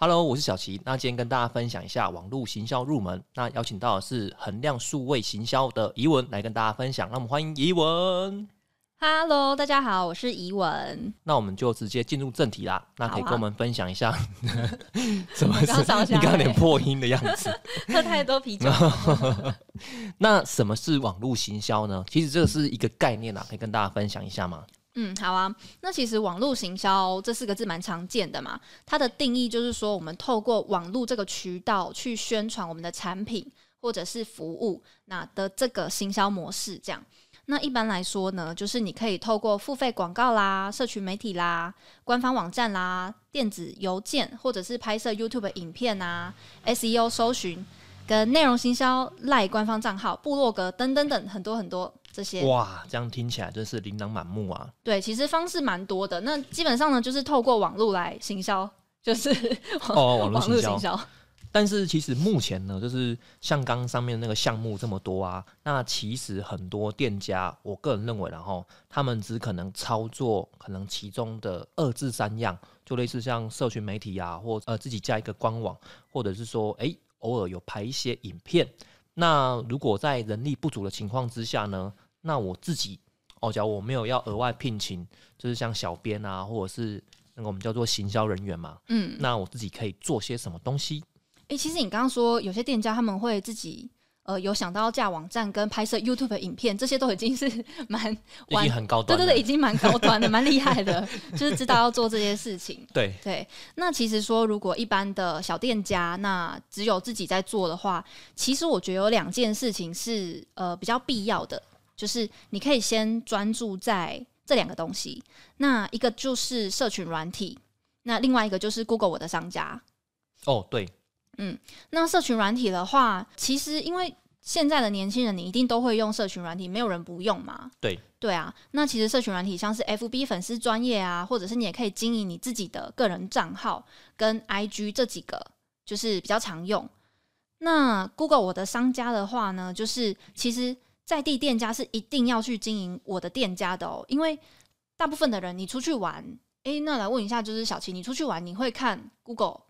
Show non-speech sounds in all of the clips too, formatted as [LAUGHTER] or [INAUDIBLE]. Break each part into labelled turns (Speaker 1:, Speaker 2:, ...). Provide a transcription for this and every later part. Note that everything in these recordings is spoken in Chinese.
Speaker 1: Hello，我是小齐。那今天跟大家分享一下网络行销入门。那邀请到的是衡量数位行销的怡文来跟大家分享。那我们欢迎怡文。
Speaker 2: Hello，大家好，我是怡文。
Speaker 1: 那我们就直接进入正题啦。那可以
Speaker 2: 好啊
Speaker 1: 跟我们分享一下 [LAUGHS] 什么
Speaker 2: 我
Speaker 1: 是？
Speaker 2: 刚扫
Speaker 1: 你
Speaker 2: 下
Speaker 1: 刚刚有
Speaker 2: 来
Speaker 1: 点破音的样子。
Speaker 2: 喝太多啤酒，
Speaker 1: 那什么是网络行销呢？其实这是一个概念啊啦，可以跟大家分享一下吗？
Speaker 2: 嗯，好啊。那其实网络行销这四个字蛮常见的嘛，它的定义就是说，我们透过网络这个渠道去宣传我们的产品或者是服务，那的这个行销模式这样。那一般来说呢，就是你可以透过付费广告啦、社群媒体啦、官方网站啦、电子邮件，或者是拍摄 YouTube 影片啊、SEO 搜寻、跟内容行销、赖官方账号、部落格等等等很多很多这些。
Speaker 1: 哇，这样听起来真是琳琅满目啊！
Speaker 2: 对，其实方式蛮多的。那基本上呢，就是透过网络来行销，就是 [LAUGHS]
Speaker 1: 哦，网络
Speaker 2: 网
Speaker 1: 行
Speaker 2: 络
Speaker 1: 销
Speaker 2: 行。销。
Speaker 1: 但是其实目前呢，就是像刚上面那个项目这么多啊，那其实很多店家，我个人认为啦齁，然后他们只可能操作可能其中的二至三样，就类似像社群媒体啊，或呃自己加一个官网，或者是说诶偶尔有拍一些影片。那如果在人力不足的情况之下呢，那我自己哦，假如我没有要额外聘请，就是像小编啊，或者是那个我们叫做行销人员嘛，
Speaker 2: 嗯，
Speaker 1: 那我自己可以做些什么东西？
Speaker 2: 诶，其实你刚刚说有些店家他们会自己呃有想到要架网站跟拍摄 YouTube 影片，这些都已经是 [LAUGHS] 蛮
Speaker 1: 已
Speaker 2: 完
Speaker 1: 经很高
Speaker 2: 对
Speaker 1: 端了，
Speaker 2: 对对，已经蛮高端的，蛮厉害
Speaker 1: [LAUGHS]
Speaker 2: 的，就是知道要做这些事情。
Speaker 1: 对
Speaker 2: 对，那其实说，如果一般的小店家，那只有自己在做的话，其实我觉得有两件事情是呃比较必要的，就是你可以先专注在这两个东西。那一个就是社群软体，那另外一个就是 Google 我的商家。
Speaker 1: 哦对，
Speaker 2: 那社群软体的话，其实因为现在的年轻人，你一定都会用社群软体，没有人不用嘛。
Speaker 1: 对
Speaker 2: 对啊，那其实社群软体像是 FB 粉丝专业啊，或者是你也可以经营你自己的个人账号跟 IG 这几个，就是比较常用。那 Google 我的商家的话呢，就是其实在地店家是一定要去经营我的店家的哦，因为大部分的人你出去玩，诶，那来问一下，就是小琪，你出去玩你会看 Google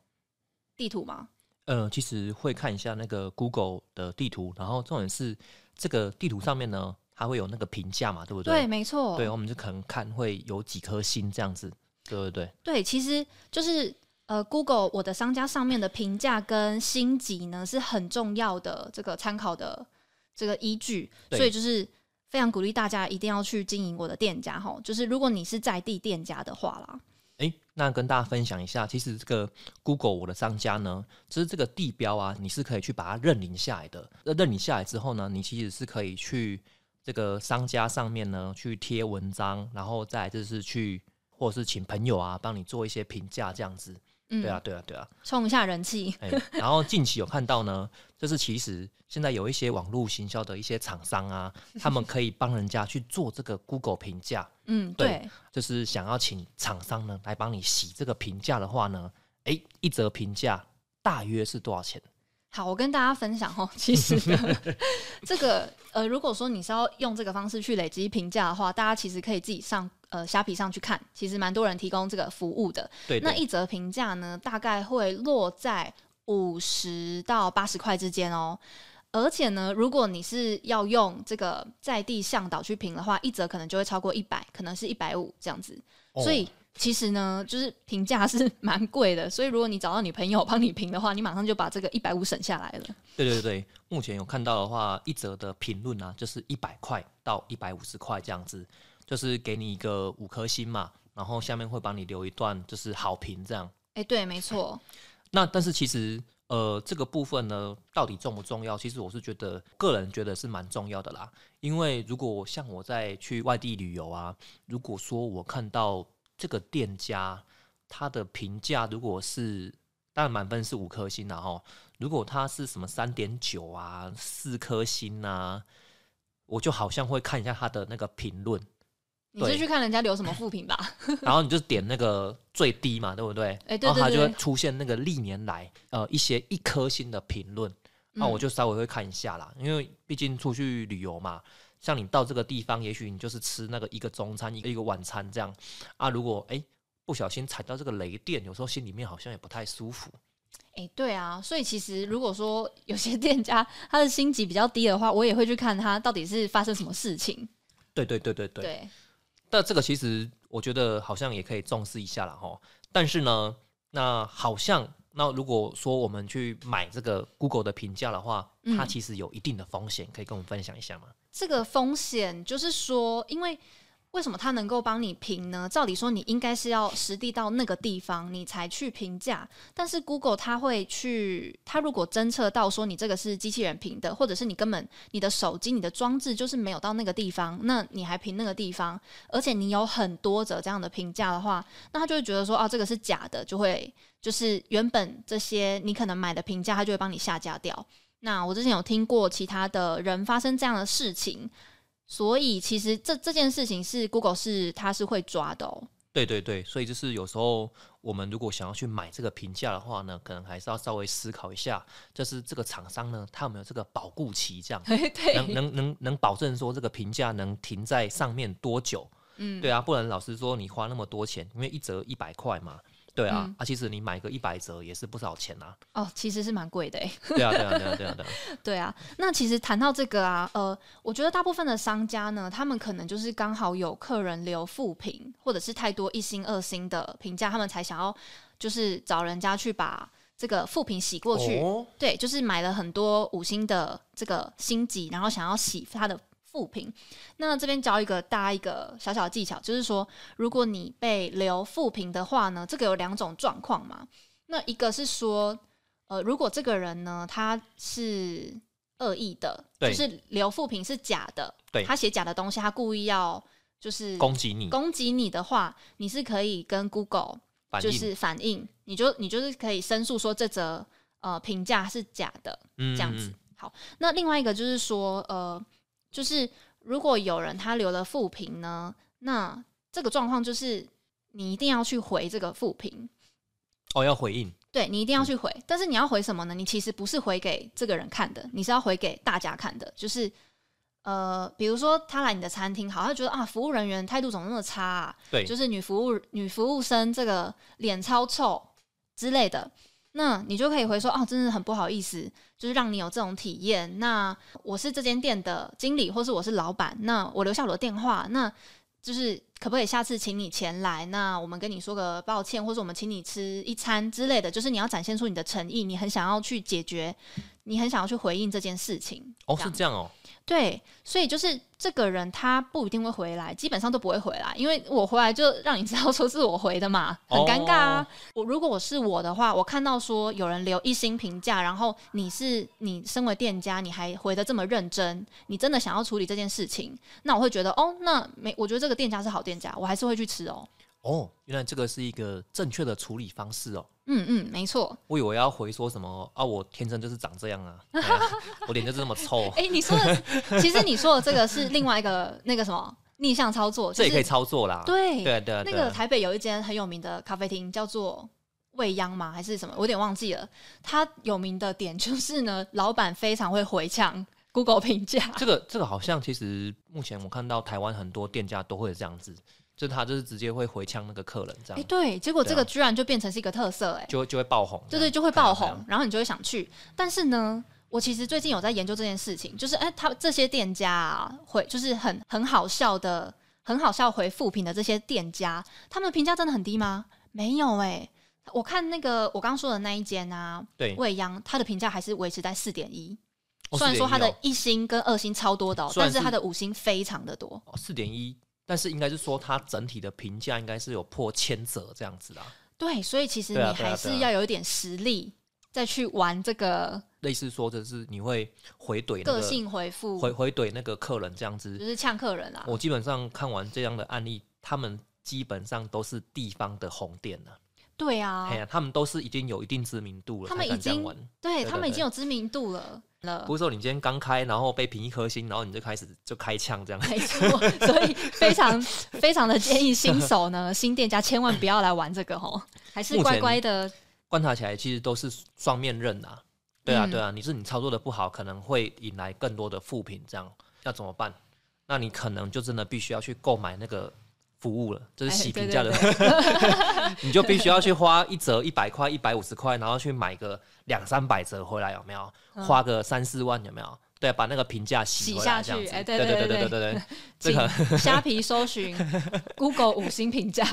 Speaker 2: 地图吗？
Speaker 1: 呃，其实会看一下那个 Google 的地图，然后重点是这个地图上面呢，它会有那个评价嘛，对不
Speaker 2: 对，
Speaker 1: 对？
Speaker 2: 没错，
Speaker 1: 对，我们就可能看会有几颗星这样子，对对对，
Speaker 2: 对，其实就是呃，Google 我的商家上面的评价跟星级呢是很重要的这个参考的这个依据，
Speaker 1: 对
Speaker 2: 所以就是非常鼓励大家一定要去经营我的店家哈，就是如果你是在地店家的话啦，
Speaker 1: 诶，那跟大家分享一下，其实这个 Google 我的商家呢，就是这个地标啊，你是可以去把它认领下来的。那认领下来之后呢，你其实是可以去这个商家上面呢去贴文章，然后再来就是去或者是请朋友啊帮你做一些评价这样子。
Speaker 2: 嗯，
Speaker 1: 对啊，，对啊，对啊。
Speaker 2: 冲一下人气，
Speaker 1: 哎、然后近期有看到呢，就是其实现在有一些网络行销的一些厂商啊，他们可以帮人家去做这个 Google 评价，
Speaker 2: 嗯，
Speaker 1: 对
Speaker 2: 对，
Speaker 1: 就是想要请厂商呢来帮你洗这个评价的话呢，哎、一则评价大约是多少钱？
Speaker 2: 好，我跟大家分享哦，其实
Speaker 1: [LAUGHS]
Speaker 2: 呢这个呃，如果说你是要用这个方式去累积评价的话，大家其实可以自己上呃虾皮上去看，其实蛮多人提供这个服务的。
Speaker 1: 对
Speaker 2: 那
Speaker 1: 对
Speaker 2: 一则评价呢，大概会落在五十到八十块之间哦。而且呢，如果你是要用这个在地向导去评的话，一则可能就会超过一百，可能是一百五这样子。
Speaker 1: 哦
Speaker 2: 所以其实呢，就是评价是 [LAUGHS] 蛮贵的。所以如果你找到你朋友帮你评的话，你马上就把这个一百五省下来了。
Speaker 1: 对对对，目前有看到的话，一则的评论啊，就是一百块到一百五十块这样子，就是给你一个五颗星嘛，然后下面会帮你留一段就是好评这样。
Speaker 2: 哎，对，没错，
Speaker 1: 那但是其实呃这个部分呢，到底重不重要？其实我是觉得个人觉得是蛮重要的啦。因为如果像我在去外地旅游啊，如果说我看到这个店家他的评价如果是当然满分是五颗星啦哈，如果他是什么三点九啊、四颗星啊，我就好像会看一下他的那个评论，
Speaker 2: 你是
Speaker 1: 对
Speaker 2: 去看人家留什么副评吧？
Speaker 1: 然后你就点那个最低嘛，对不对？
Speaker 2: 哎对
Speaker 1: 然后它
Speaker 2: 对
Speaker 1: 就
Speaker 2: 对
Speaker 1: 会出现那个历年来呃一些一颗星的评论，那、我
Speaker 2: 嗯
Speaker 1: 就稍微会看一下啦，因为毕竟出去旅游嘛，像你到这个地方，也许你就是吃那个一个中餐，一个一个晚餐这样啊。如果哎、诶不小心踩到这个雷电，有时候心里面好像也不太舒服。
Speaker 2: 哎、对啊，所以其实如果说有些店家他的星级比较低的话，我也会去看他到底是发生什么事情。
Speaker 1: 对对对对对。
Speaker 2: 对，
Speaker 1: 但这个其实我觉得好像也可以重视一下了哈。但是呢，那好像那如果说我们去买这个 Google 的评价的话，
Speaker 2: 嗯
Speaker 1: 它其实有一定的风险，可以跟我们分享一下吗？
Speaker 2: 这个风险就是说，因为为什么他能够帮你评呢？照理说，你应该是要实地到那个地方，你才去评价。但是 Google 它会去，它如果侦测到说你这个是机器人评的，或者是你根本你的手机、你的装置就是没有到那个地方，那你还评那个地方，而且你有很多则这样的评价的话，那他就会觉得说，啊，这个是假的，就会就是原本这些你可能买的评价，他就会帮你下架掉。那我之前有听过其他的人发生这样的事情，所以其实这这件事情是 Google 是它是会抓的哦。。
Speaker 1: 对对对，所以就是有时候我们如果想要去买这个评价的话呢，可能还是要稍微思考一下，就是这个厂商呢，它有没有这个保固期这样
Speaker 2: 对
Speaker 1: 能能能能保证说这个评价能停在上面多久？
Speaker 2: 嗯，
Speaker 1: 对啊，不然老实说，你花那么多钱，因为一折一百块嘛，对啊，
Speaker 2: 嗯
Speaker 1: 啊，其实你买个一百折也是不少钱啊，
Speaker 2: 哦，其实是蛮贵的诶。
Speaker 1: 对啊，对啊，对啊，对啊，对啊，
Speaker 2: [LAUGHS] 对啊，那其实谈到这个啊，呃，我觉得大部分的商家呢，他们可能就是刚好有客人留负评，或者是太多一星二星的评价，他们才想要就是找人家去把这个负评洗 [LAUGHS] 过去。
Speaker 1: 哦，
Speaker 2: 对，就是买了很多五星的这个星级，然后想要洗它的负评。那这边教一个大家一个小小的技巧，就是说，如果你被留负评的话呢，这个有两种状况嘛。那一个是说，呃，如果这个人呢他是恶意的，就
Speaker 1: 对
Speaker 2: 是留负评是假的，
Speaker 1: 对
Speaker 2: 他写假的东西，他故意要就是
Speaker 1: 攻击你，
Speaker 2: 攻击你的话，你是可以跟 Google
Speaker 1: 反
Speaker 2: 就
Speaker 1: 应，
Speaker 2: 是反应，你就你就是可以申诉说这则呃评价是假的
Speaker 1: 嗯
Speaker 2: 这样子。，好，那另外一个就是说呃，就是如果有人他留了负评呢，那这个状况就是你一定要去回这个负评，
Speaker 1: 哦，要回应，
Speaker 2: 对你一定
Speaker 1: 嗯
Speaker 2: 要去回，但是你要回什么呢？你其实不是回给这个人看的，你是要回给大家看的，就是。呃，比如说他来你的餐厅，好，他就觉得啊，服务人员态度怎么那么差、啊？
Speaker 1: 对，
Speaker 2: 就是女服务女服务生这个脸超臭之类的，那你就可以回说哦，真的很不好意思，就是让你有这种体验。那我是这间店的经理，或是我是老板，那我留下我的电话，那就是可不可以下次请你前来？那我们跟你说个抱歉，或者我们请你吃一餐之类的，就是你要展现出你的诚意，你很想要去解决，你很想要去回应这件事情。
Speaker 1: 哦，
Speaker 2: 这
Speaker 1: 是
Speaker 2: 样
Speaker 1: 这样哦，
Speaker 2: 对，所以就是这个人他不一定会回来，基本上都不会回来，因为我回来就让你知道说是我回的嘛，很尴尬啊。
Speaker 1: 哦
Speaker 2: 我如果我是我的话，我看到说有人留一星评价，然后你是你身为店家，你还回的这么认真，你真的想要处理这件事情，那我会觉得哦，那没，我觉得这个店家是好店家，我还是会去吃哦。
Speaker 1: 哦，原来这个是一个正确的处理方式哦。
Speaker 2: 嗯嗯，没错。
Speaker 1: 我以为要回说什么啊，我天生就是长这样啊， [LAUGHS] 哎呀我脸就是这么臭，
Speaker 2: [LAUGHS] 哎、你说的，其实你说的这个是另外一个那个什么逆向操作，就
Speaker 1: 这也可以
Speaker 2: 是
Speaker 1: 操作啦，
Speaker 2: 对
Speaker 1: 对啊对啊
Speaker 2: 那
Speaker 1: 对
Speaker 2: 个
Speaker 1: 啊，
Speaker 2: 台北有一间很有名的咖啡厅，叫做未央吗？还是什么？我有点忘记了。它有名的点就是呢，老板非常会回呛 Google
Speaker 1: [LAUGHS]
Speaker 2: 评价。
Speaker 1: 这个这个好像其实目前我看到台湾很多店家都会这样子，就是他就是直接会回呛那个客人这
Speaker 2: 哎、
Speaker 1: 样。
Speaker 2: 对，结果这
Speaker 1: 对
Speaker 2: 个
Speaker 1: 啊
Speaker 2: 居然就变成是一个特色、哎，
Speaker 1: 就会就会爆红，
Speaker 2: 对
Speaker 1: 这
Speaker 2: 对，
Speaker 1: 样
Speaker 2: 就会爆红
Speaker 1: 对啊对啊，
Speaker 2: 然后你就会想去。但是呢，我其实最近有在研究这件事情，就是哎、他这些店家啊，回就是很很好笑的，很好笑回复评的这些店家，他们的评价真的很低吗？没有哎、我看那个我刚说的那一间啊，
Speaker 1: 对，
Speaker 2: 未央，它的评价还是维持在四点一。
Speaker 1: 哦
Speaker 2: 虽然说它
Speaker 1: 4.1
Speaker 2: 的
Speaker 1: 哦
Speaker 2: 一星跟二星超多的、哦，
Speaker 1: 虽
Speaker 2: 但
Speaker 1: 然
Speaker 2: 是
Speaker 1: 是
Speaker 2: 它的五星非常的多。
Speaker 1: 哦四点一，但是应该是说它整体的评价应该是有破千折这样子啦，
Speaker 2: 对，所以其实
Speaker 1: 对啊
Speaker 2: 你
Speaker 1: 对啊
Speaker 2: 还
Speaker 1: 对
Speaker 2: 是
Speaker 1: 啊
Speaker 2: 要有一点实力，再去玩这个
Speaker 1: 类似说就是你会回怼那
Speaker 2: 个
Speaker 1: 个
Speaker 2: 性回复，
Speaker 1: 回回怼那个客人这样
Speaker 2: 就
Speaker 1: 子。
Speaker 2: 是呛客人啦。啊
Speaker 1: 我基本上看完这样的案例，他们基本上都是地方的红店了，
Speaker 2: 对啊
Speaker 1: 哎，呀、他们都是已经有一定知名度了，
Speaker 2: 他们
Speaker 1: 才敢
Speaker 2: 已
Speaker 1: 这样
Speaker 2: 经
Speaker 1: 玩对
Speaker 2: 对他
Speaker 1: 对
Speaker 2: 们已
Speaker 1: 对
Speaker 2: 经有知名度了了
Speaker 1: 不。是说你今天刚开，然后被评一颗星，然后你就开始就开枪这样。
Speaker 2: 没错， [LAUGHS] 所以非常非常的建议新手
Speaker 1: [LAUGHS]
Speaker 2: 呢，新店家千万不要来玩这个哦，还是
Speaker 1: 目
Speaker 2: 乖
Speaker 1: 前
Speaker 2: 乖的
Speaker 1: 观察起来，其实都是双面刃啊。对啊，
Speaker 2: 嗯
Speaker 1: 对啊，你是你操作的不好，可能会引来更多的负评，这样要怎么办？那你可能就真的必须要去购买那个服务了，就是
Speaker 2: 哎
Speaker 1: 洗
Speaker 2: 对
Speaker 1: 评
Speaker 2: 对
Speaker 1: 价的， [LAUGHS] 你就必须要去花一折一百块、一百五十块，然后去买个两三百折回来，有没有？
Speaker 2: 嗯
Speaker 1: 花个三四万，有没有？对，把那个评价洗
Speaker 2: 洗
Speaker 1: 回来
Speaker 2: 下
Speaker 1: 这样
Speaker 2: 去
Speaker 1: 子。
Speaker 2: 哎
Speaker 1: 对
Speaker 2: 对对
Speaker 1: 对对
Speaker 2: 对
Speaker 1: 对对，这
Speaker 2: 请
Speaker 1: 个
Speaker 2: 虾皮搜寻 Google 五星评价，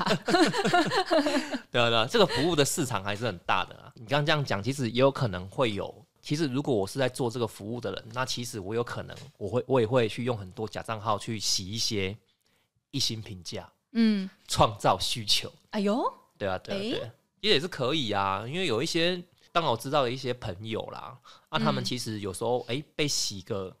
Speaker 1: 对啊对啊，这个服务的市场还是很大的啊。你刚刚这样讲，其实也有可能会有。其实如果我是在做这个服务的人，那其实我有可能，我会我也会去用很多假账号去洗一些一星评价，
Speaker 2: 嗯，
Speaker 1: 创造需求。
Speaker 2: 哎呦，
Speaker 1: 对啊，对啊，
Speaker 2: 诶
Speaker 1: 对啊，其实也是可以啊。因为有一些，当然我知道的一些朋友啦，啊，他们
Speaker 2: 嗯
Speaker 1: 其实有时候诶被洗个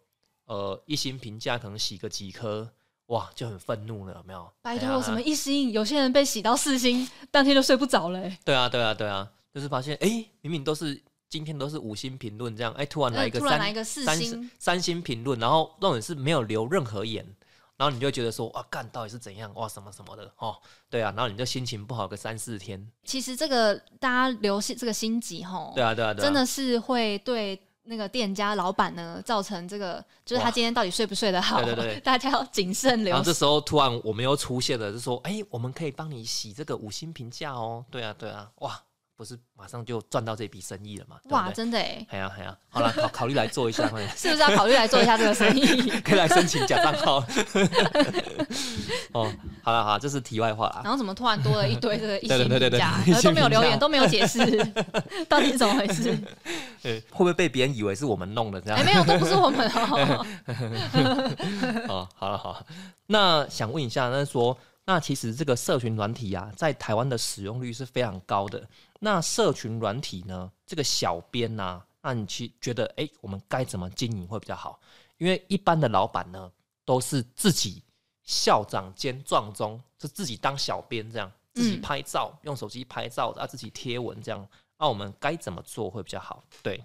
Speaker 1: 呃一星评价，可能洗个几颗，哇，就很愤怒了，有没有？
Speaker 2: 拜
Speaker 1: 哎呀
Speaker 2: 托，什么一星，有些人被洗到四星，当天就睡不着了、欸。
Speaker 1: 对啊，对啊，对啊，就是发现哎、诶明明都是今天都是五星评论这样，哎、突然来一个
Speaker 2: 嗯呃突然来一
Speaker 1: 三
Speaker 2: 个四
Speaker 1: 三
Speaker 2: 星，
Speaker 1: 三星评论，然后重点是没有留任何言，然后你就觉得说啊，干到底是怎样哇，什么什么的哦，对啊，然后你就心情不好个三四天，
Speaker 2: 其实这个大家留心这个心急吼，
Speaker 1: 对啊，对啊，对啊，
Speaker 2: 真的是会对那个店家老板呢造成这个，就是他
Speaker 1: 哇
Speaker 2: 今天到底睡不睡得好，
Speaker 1: 对对对
Speaker 2: [LAUGHS] 大家要谨慎
Speaker 1: 然
Speaker 2: 留
Speaker 1: 后这
Speaker 2: 心。
Speaker 1: 时候突然我们又出现了，就说哎、我们可以帮你洗这个五星评价哦，对啊，对啊，哇，不是马上就赚到这笔生意了嘛，对
Speaker 2: 哇，
Speaker 1: 不对？
Speaker 2: 真的哎，
Speaker 1: 哎呀哎呀，好了，考考虑来做一
Speaker 2: [LAUGHS]
Speaker 1: 下，快点
Speaker 2: 是不是要考虑来做一下这个生
Speaker 1: [LAUGHS]
Speaker 2: 意？
Speaker 1: 可以来申请假账号。哦，好了好啦，这是题外话啦。
Speaker 2: 然后怎么突然多了一堆这个
Speaker 1: [LAUGHS]
Speaker 2: 一
Speaker 1: 对
Speaker 2: 星
Speaker 1: 对对对
Speaker 2: 评价，
Speaker 1: 对
Speaker 2: 然后都没有留
Speaker 1: 一星评价
Speaker 2: 言，都没有
Speaker 1: [LAUGHS]
Speaker 2: 解释，到底是怎么回事？
Speaker 1: 对，会不会被别人以为是我们弄的这样
Speaker 2: 哎，？没有，都不是我们哦。
Speaker 1: 哦，好了好啦。那想问一下，那说，那其实这个社群软体啊，在台湾的使用率是非常高的。那社群软体呢，这个小编呐、那你去觉得，哎、我们该怎么经营会比较好？因为一般的老板呢，都是自己校长兼壮中，是自己当小编这样，自己
Speaker 2: 嗯
Speaker 1: 拍照，用手机拍照，啊，自己贴文这样。啊那、我们该怎么做会比较好？对，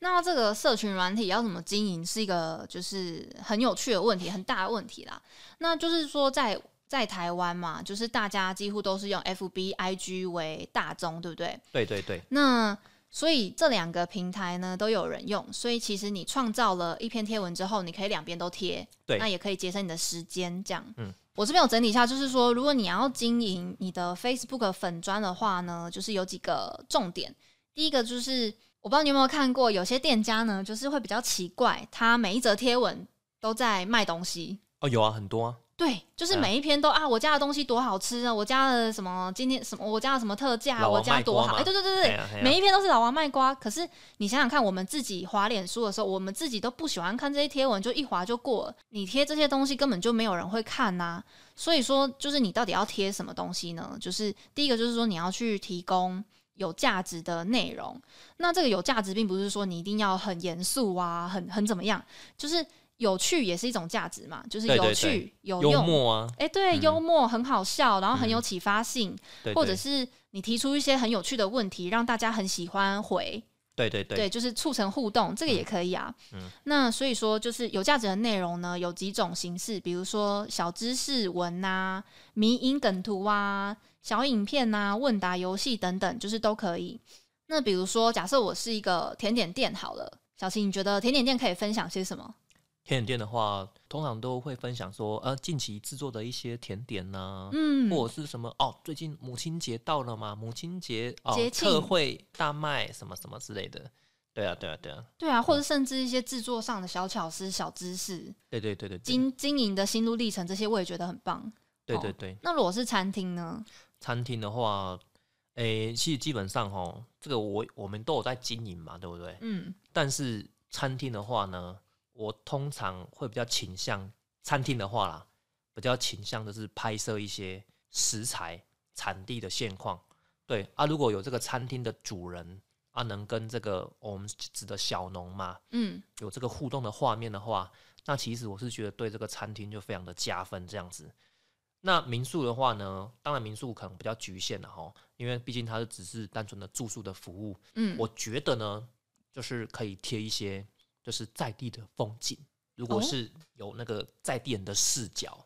Speaker 2: 那这个社群软体要怎么经营，是一个就是很有趣的问题，很大的问题啦。那就是说在。在台湾嘛，就是大家几乎都是用 FB、IG 为大宗，对不对？
Speaker 1: 对对对，
Speaker 2: 那所以这两个平台呢都有人用，所以其实你创造了一篇贴文之后，你可以两边都贴，
Speaker 1: 对
Speaker 2: 那也可以节省你的时间，这样。
Speaker 1: 嗯
Speaker 2: 我这边有整理一下，就是说，如果你要经营你的 Facebook 粉砖的话呢，就是有几个重点。第一个就是，我不知道你有没有看过，有些店家呢，就是会比较奇怪，他每一则贴文都在卖东西。
Speaker 1: 哦，有啊，很多啊，
Speaker 2: 对，就是
Speaker 1: 嗯
Speaker 2: 每一篇都啊，我家的东西多好吃啊，我家的什么今天什么，我家的什么特价，
Speaker 1: 老王
Speaker 2: 我家多
Speaker 1: 卖瓜
Speaker 2: 好，哎、
Speaker 1: 嘛
Speaker 2: 对对对对
Speaker 1: 哎，呀哎呀
Speaker 2: 每一篇都是老王卖瓜。可是你想想看，我们自己滑脸书的时候，我们自己都不喜欢看这些贴文，就一滑就过了。你贴这些东西根本就没有人会看呐、所以说，就是你到底要贴什么东西呢？就是第一个就是说你要去提供。有价值的内容，那这个有价值，并不是说你一定要很严肃啊，很很怎么样，就是有趣也是一种价值嘛，就是
Speaker 1: 对对
Speaker 2: 有趣
Speaker 1: 对
Speaker 2: 有
Speaker 1: 幽
Speaker 2: 用，
Speaker 1: 默啊，
Speaker 2: 哎、对，
Speaker 1: 嗯
Speaker 2: 幽默很好笑，然后很有
Speaker 1: 嗯
Speaker 2: 启发性，
Speaker 1: 对
Speaker 2: 或
Speaker 1: 对
Speaker 2: 者是你提出一些很有趣的问题，让大家很喜欢回，
Speaker 1: 对对对，
Speaker 2: 对，就是促成互动，这个也可以啊。
Speaker 1: 嗯
Speaker 2: 那所以说，就是有价值的内容呢，有几种形式，比如说小知识文啊、迷因梗图啊、小影片啊、问答游戏等等，就是都可以。那比如说，假设我是一个甜点店好了，小七，你觉得甜点店可以分享些什么？
Speaker 1: 甜点店的话，通常都会分享说，呃，近期制作的一些甜点呐、
Speaker 2: 嗯，
Speaker 1: 或者是什么哦，最近母亲节到了嘛，母亲节
Speaker 2: 节
Speaker 1: 哦，
Speaker 2: 庆
Speaker 1: 特惠大卖什么什么之类的。对啊，对啊，对啊，
Speaker 2: 对啊，或者甚至一些制作上的小巧思、小知识、
Speaker 1: 对对对对，对
Speaker 2: 经经营的心路历程，这些我也觉得很棒。
Speaker 1: 对对对。
Speaker 2: 那如果是餐厅呢？
Speaker 1: 餐厅的话，诶，其实基本上哦，这个我我们都有在经营嘛，对不对？
Speaker 2: 嗯，
Speaker 1: 但是餐厅的话呢，我通常会比较倾向餐厅的话啦，比较倾向就是拍摄一些食材产地的现况。对啊，如果有这个餐厅的主人啊，能跟这个、哦我们指的小农嘛，
Speaker 2: 嗯，
Speaker 1: 有这个互动的画面的话，那其实我是觉得对这个餐厅就非常的加分这样子。那民宿的话呢，当然民宿可能比较局限了哈，因为毕竟它是只是单纯的住宿的服务，
Speaker 2: 嗯，
Speaker 1: 我觉得呢，就是可以贴一些就是在地的风景，如果
Speaker 2: 哦
Speaker 1: 是有那个在地人的视角，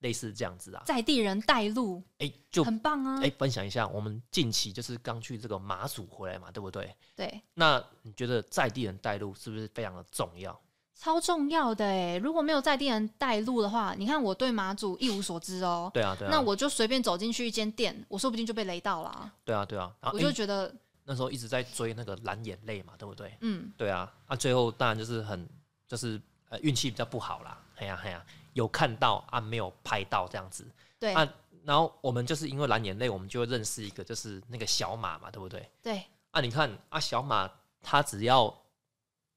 Speaker 1: 类似这样子啊，
Speaker 2: 在地人带路，
Speaker 1: 哎、就
Speaker 2: 很棒啊。
Speaker 1: 哎、分享一下，我们近期就是刚去这个马祖回来嘛，对不对？
Speaker 2: 对，
Speaker 1: 那你觉得在地人带路是不是非常的重要？
Speaker 2: 超重要的哎！如果没有在地人带路的话，你看我对马祖一无所知哦、
Speaker 1: 对啊，对啊，
Speaker 2: 那我就随便走进去一间店，我说不定就被雷到了啊。
Speaker 1: 对啊，对啊，然后
Speaker 2: 我
Speaker 1: 因
Speaker 2: 就
Speaker 1: 为
Speaker 2: 觉得，
Speaker 1: 那时候一直在追那个蓝眼泪嘛，对不对？
Speaker 2: 嗯，
Speaker 1: 对啊，啊，最后当然就是很就是呃运气比较不好啦，哎呀哎呀，有看到啊没有拍到这样子，
Speaker 2: 对、
Speaker 1: 啊然后我们就是因为蓝眼泪，我们就会认识一个就是那个小马嘛，对不对？
Speaker 2: 对，
Speaker 1: 啊，你看啊小马他只要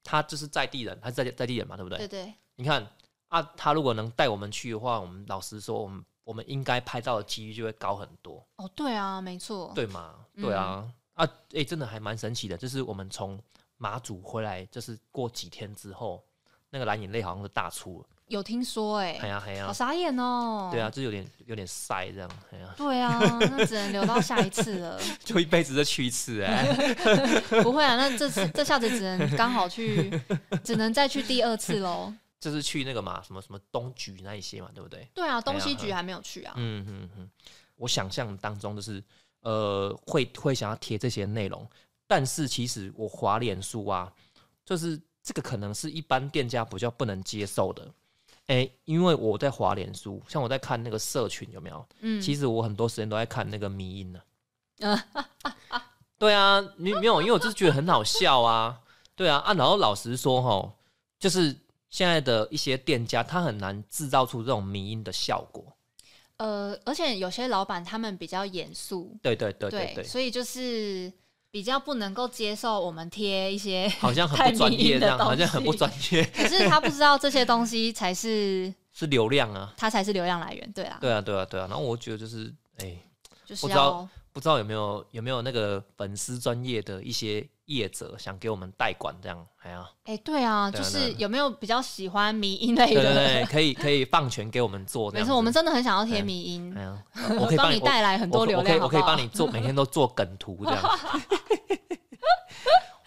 Speaker 1: 他就是在地人，他是在在地人嘛，对不对？
Speaker 2: 对对
Speaker 1: 你看啊他如果能带我们去的话，我们老实说我们。我们应该拍到的几率就会高很多，
Speaker 2: 哦，对啊，没错，
Speaker 1: 对嘛？
Speaker 2: 嗯
Speaker 1: 对啊，啊，哎、真的还蛮神奇的。就是我们从马祖回来，就是过几天之后，那个蓝眼泪好像是大出了，
Speaker 2: 有听说哎、
Speaker 1: 哎呀哎呀
Speaker 2: 好，傻眼哦、
Speaker 1: 对啊，，就是有点有点晒这样，哎呀， [LAUGHS]
Speaker 2: 对啊，那只能留到下一次了。
Speaker 1: 就一辈子就去一次哎、 [LAUGHS]
Speaker 2: 不会啊，那这次这下子只能刚好去，只能再去第二次喽。
Speaker 1: 就是去那个嘛，什么什么东莒那一些嘛，对不对？
Speaker 2: 对啊，东西局还没有去啊。
Speaker 1: 哎嗯嗯嗯，我想象当中就是呃，会会想要贴这些内容，但是其实我滑脸书啊，就是这个可能是一般店家比较不能接受的。诶、因为我在滑脸书，像我在看那个社群有没有？
Speaker 2: 嗯，
Speaker 1: 其
Speaker 2: 实
Speaker 1: 实我很多时间都在看那个迷音
Speaker 2: [LAUGHS]
Speaker 1: 呢、对啊，没没有，因为我就是觉得很好笑啊。对啊啊，然后老实说哈，就是现在的一些店家，他很难制造出这种迷音的效果。
Speaker 2: 呃，而且有些老板他们比较严肃，
Speaker 1: 对对对对对，
Speaker 2: 所以就是比较不能够接受我们贴一些， [LAUGHS]
Speaker 1: 好像很不专业这样，
Speaker 2: 太迷因的东西
Speaker 1: 好像很不专业，
Speaker 2: 可是他不知道这些东西才是
Speaker 1: 是流量啊。
Speaker 2: 他才是流量来源，对啦，
Speaker 1: 对啊对啊对啊，然后我觉得就是哎、
Speaker 2: 就是
Speaker 1: 我知
Speaker 2: 要
Speaker 1: 道不知道有没有有没有那个粉丝专业的一些业者想给我们代管这样，哎呀、
Speaker 2: 哎、对啊，
Speaker 1: 对
Speaker 2: 就
Speaker 1: 啊
Speaker 2: 是有没有比较喜欢迷音类
Speaker 1: 对对
Speaker 2: 的？
Speaker 1: 对，可以可以放权给我们做这
Speaker 2: 哎没
Speaker 1: 样子。
Speaker 2: 错，我们真的很想要贴
Speaker 1: 嗯
Speaker 2: 迷音
Speaker 1: 哎，呀，我可以
Speaker 2: 帮
Speaker 1: 你
Speaker 2: 带来很多流量
Speaker 1: 我
Speaker 2: 好
Speaker 1: 可
Speaker 2: 不
Speaker 1: 以，我可以
Speaker 2: 好
Speaker 1: 帮你做，每天都做梗图这样。 [LAUGHS]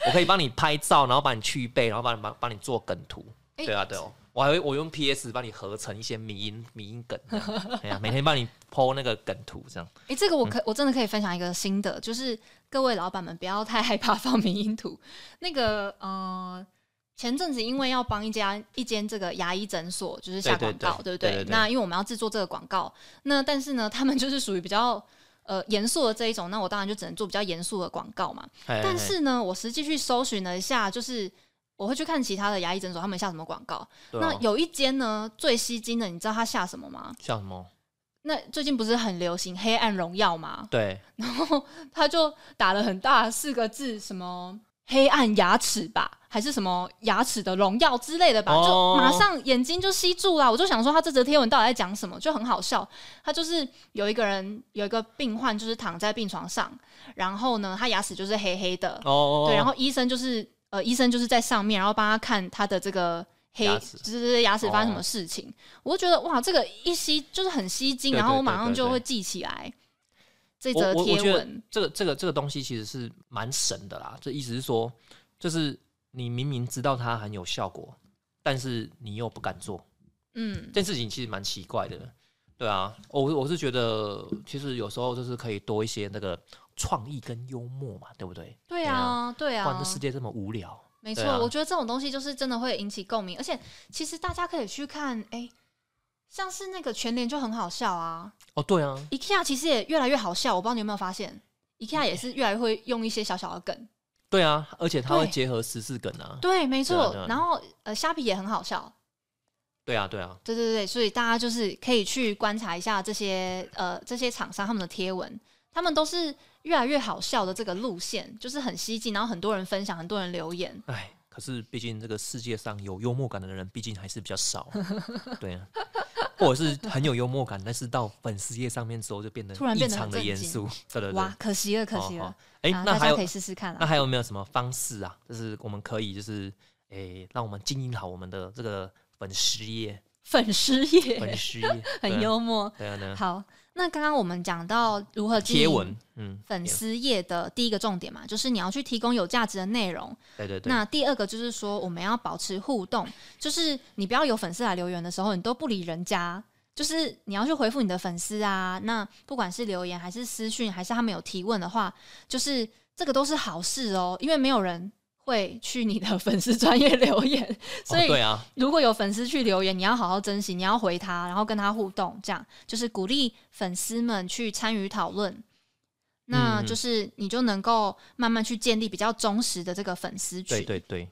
Speaker 1: 我可以帮你拍照，然后帮你去背，然后帮你帮帮你做梗图。
Speaker 2: 哎
Speaker 1: 对啊，对哦，我还会我用 PS 帮你合成一些迷音迷音梗这样， [LAUGHS] 哎呀，每天帮你 PO 那个梗图这样。
Speaker 2: 哎、这
Speaker 1: 嗯
Speaker 2: 个我可、我真的可以分享一个心得，就是各位老板们不要太害怕 [LAUGHS] 放迷因图。那个，呃，前阵子因为要帮一家一间这个牙医诊所就是下
Speaker 1: 对
Speaker 2: 广
Speaker 1: 对
Speaker 2: 告，
Speaker 1: 对对
Speaker 2: 不
Speaker 1: 对对
Speaker 2: 那因为我们要制作这个广告，那但是呢，他们就是属于比较呃严肃的这一种，那我当然就只能做比较严肃的广告嘛。
Speaker 1: 哎
Speaker 2: 但
Speaker 1: 哎
Speaker 2: 是呢，我实际去搜寻了一下，就是我会去看其他的牙医诊所他们下什么广告。
Speaker 1: 对
Speaker 2: 那
Speaker 1: 哦
Speaker 2: 有一间呢最吸睛的，你知道他下什么吗？
Speaker 1: 像什么？
Speaker 2: 那最近不是很流行《黑暗荣耀》吗？
Speaker 1: 对，
Speaker 2: 他就打了很大的四个字，什么“黑暗牙齿”吧，还是什么“牙齿的荣耀”之类的吧，
Speaker 1: 哦
Speaker 2: 就马上眼睛就吸住了。我就想说，他这则贴文到底在讲什么，就很好笑。他就是有一个人，有一个病患，就是躺在病床上，然后呢，他牙齿就是黑黑的，
Speaker 1: 哦，
Speaker 2: 对，然后医生就是呃，医生就是在上面，然后帮他看他的这个黑
Speaker 1: 牙，齿
Speaker 2: 就是牙齿发生什么事情。我就觉得哇，这个一吸就是很吸睛，
Speaker 1: 对
Speaker 2: 然后
Speaker 1: 对
Speaker 2: 我马
Speaker 1: 对
Speaker 2: 上
Speaker 1: 对
Speaker 2: 就
Speaker 1: 对
Speaker 2: 会记起来这
Speaker 1: 我
Speaker 2: 则
Speaker 1: 我我
Speaker 2: 贴
Speaker 1: 觉得
Speaker 2: 文。
Speaker 1: 这个这个这个东西其实是蛮神的啦。这意思是说，就是你明明知道它很有效果，但是你又不敢做。
Speaker 2: 嗯，
Speaker 1: 这件事情其实蛮奇怪的，对啊，我我是觉得其实有时候就是可以多一些那个创意跟幽默嘛，对不对？
Speaker 2: 对
Speaker 1: 对
Speaker 2: 啊
Speaker 1: 啊，
Speaker 2: 对
Speaker 1: 不然
Speaker 2: 啊
Speaker 1: 这，世界这么无聊，
Speaker 2: 没错
Speaker 1: 对。啊
Speaker 2: 我觉得这种东西就是真的会引起共鸣，而且其实大家可以去看，哎，像是那个全联就很好笑啊
Speaker 1: 哦，对啊，
Speaker 2: ，IKEA 其实也越来越好笑，我不知道你有没有发现。IKEA 也是越来越会用一些小小的梗，
Speaker 1: 对啊，而且它会
Speaker 2: 对
Speaker 1: 结合时事梗啊，
Speaker 2: 对，没
Speaker 1: 对啊
Speaker 2: 错
Speaker 1: 对啊。
Speaker 2: 然后呃，虾皮也很好笑，
Speaker 1: 对啊，对啊，
Speaker 2: 对对对，所以大家就是可以去观察一下这些呃这些厂商他们的贴文，他们都是越来越好笑的这个路线，就是很吸睛，然后很多人分享，很多人留言。
Speaker 1: 哎，可是毕竟这个世界上有幽默感的人，毕竟还是比较
Speaker 2: [LAUGHS]
Speaker 1: 少，对啊，或者是很有幽默感，但是到粉丝页上面之后就变得
Speaker 2: 突然
Speaker 1: 异
Speaker 2: 变得很
Speaker 1: 常的
Speaker 2: 正
Speaker 1: 严
Speaker 2: 经
Speaker 1: 肃，对对对，
Speaker 2: 哇，可惜了，可惜
Speaker 1: 哦
Speaker 2: 了
Speaker 1: 哦。哎、
Speaker 2: 啊
Speaker 1: 那
Speaker 2: 大
Speaker 1: 还
Speaker 2: 家
Speaker 1: 有
Speaker 2: 可以试试看
Speaker 1: 那
Speaker 2: 啦。
Speaker 1: 还有没有什么方式啊？就是我们可以就是诶、让我们经营好我们的这个粉丝业，
Speaker 2: [LAUGHS] [LAUGHS] 粉丝
Speaker 1: 粉
Speaker 2: 也
Speaker 1: 丝业
Speaker 2: 很。幽默。
Speaker 1: 对啊对啊对啊，
Speaker 2: 好，那刚刚我们讲到如何经
Speaker 1: 贴
Speaker 2: 营
Speaker 1: 文，嗯，
Speaker 2: 粉
Speaker 1: 贴
Speaker 2: 丝页的第一个重点嘛，就是你要去提供有价值的内容。
Speaker 1: 对对哦对，
Speaker 2: 那第二个就是说，我们要保持互动，就是你不要有粉丝来留言的时候，你都不理人家，就是你要去回复你的粉丝啊。那不管是留言还是私讯，还是他们有提问的话，就是这个都是好事哦，因为没有人会去你的 [LAUGHS] 粉丝专业留言，所以
Speaker 1: 哦、对啊，
Speaker 2: 如果有粉丝去留言，你要好好珍惜，你要回他，然后跟他互动，这样就是鼓励粉丝们去参与讨论。那
Speaker 1: 嗯
Speaker 2: 就是你就能够慢慢去建立比较忠实的这个粉丝群。
Speaker 1: 对对对，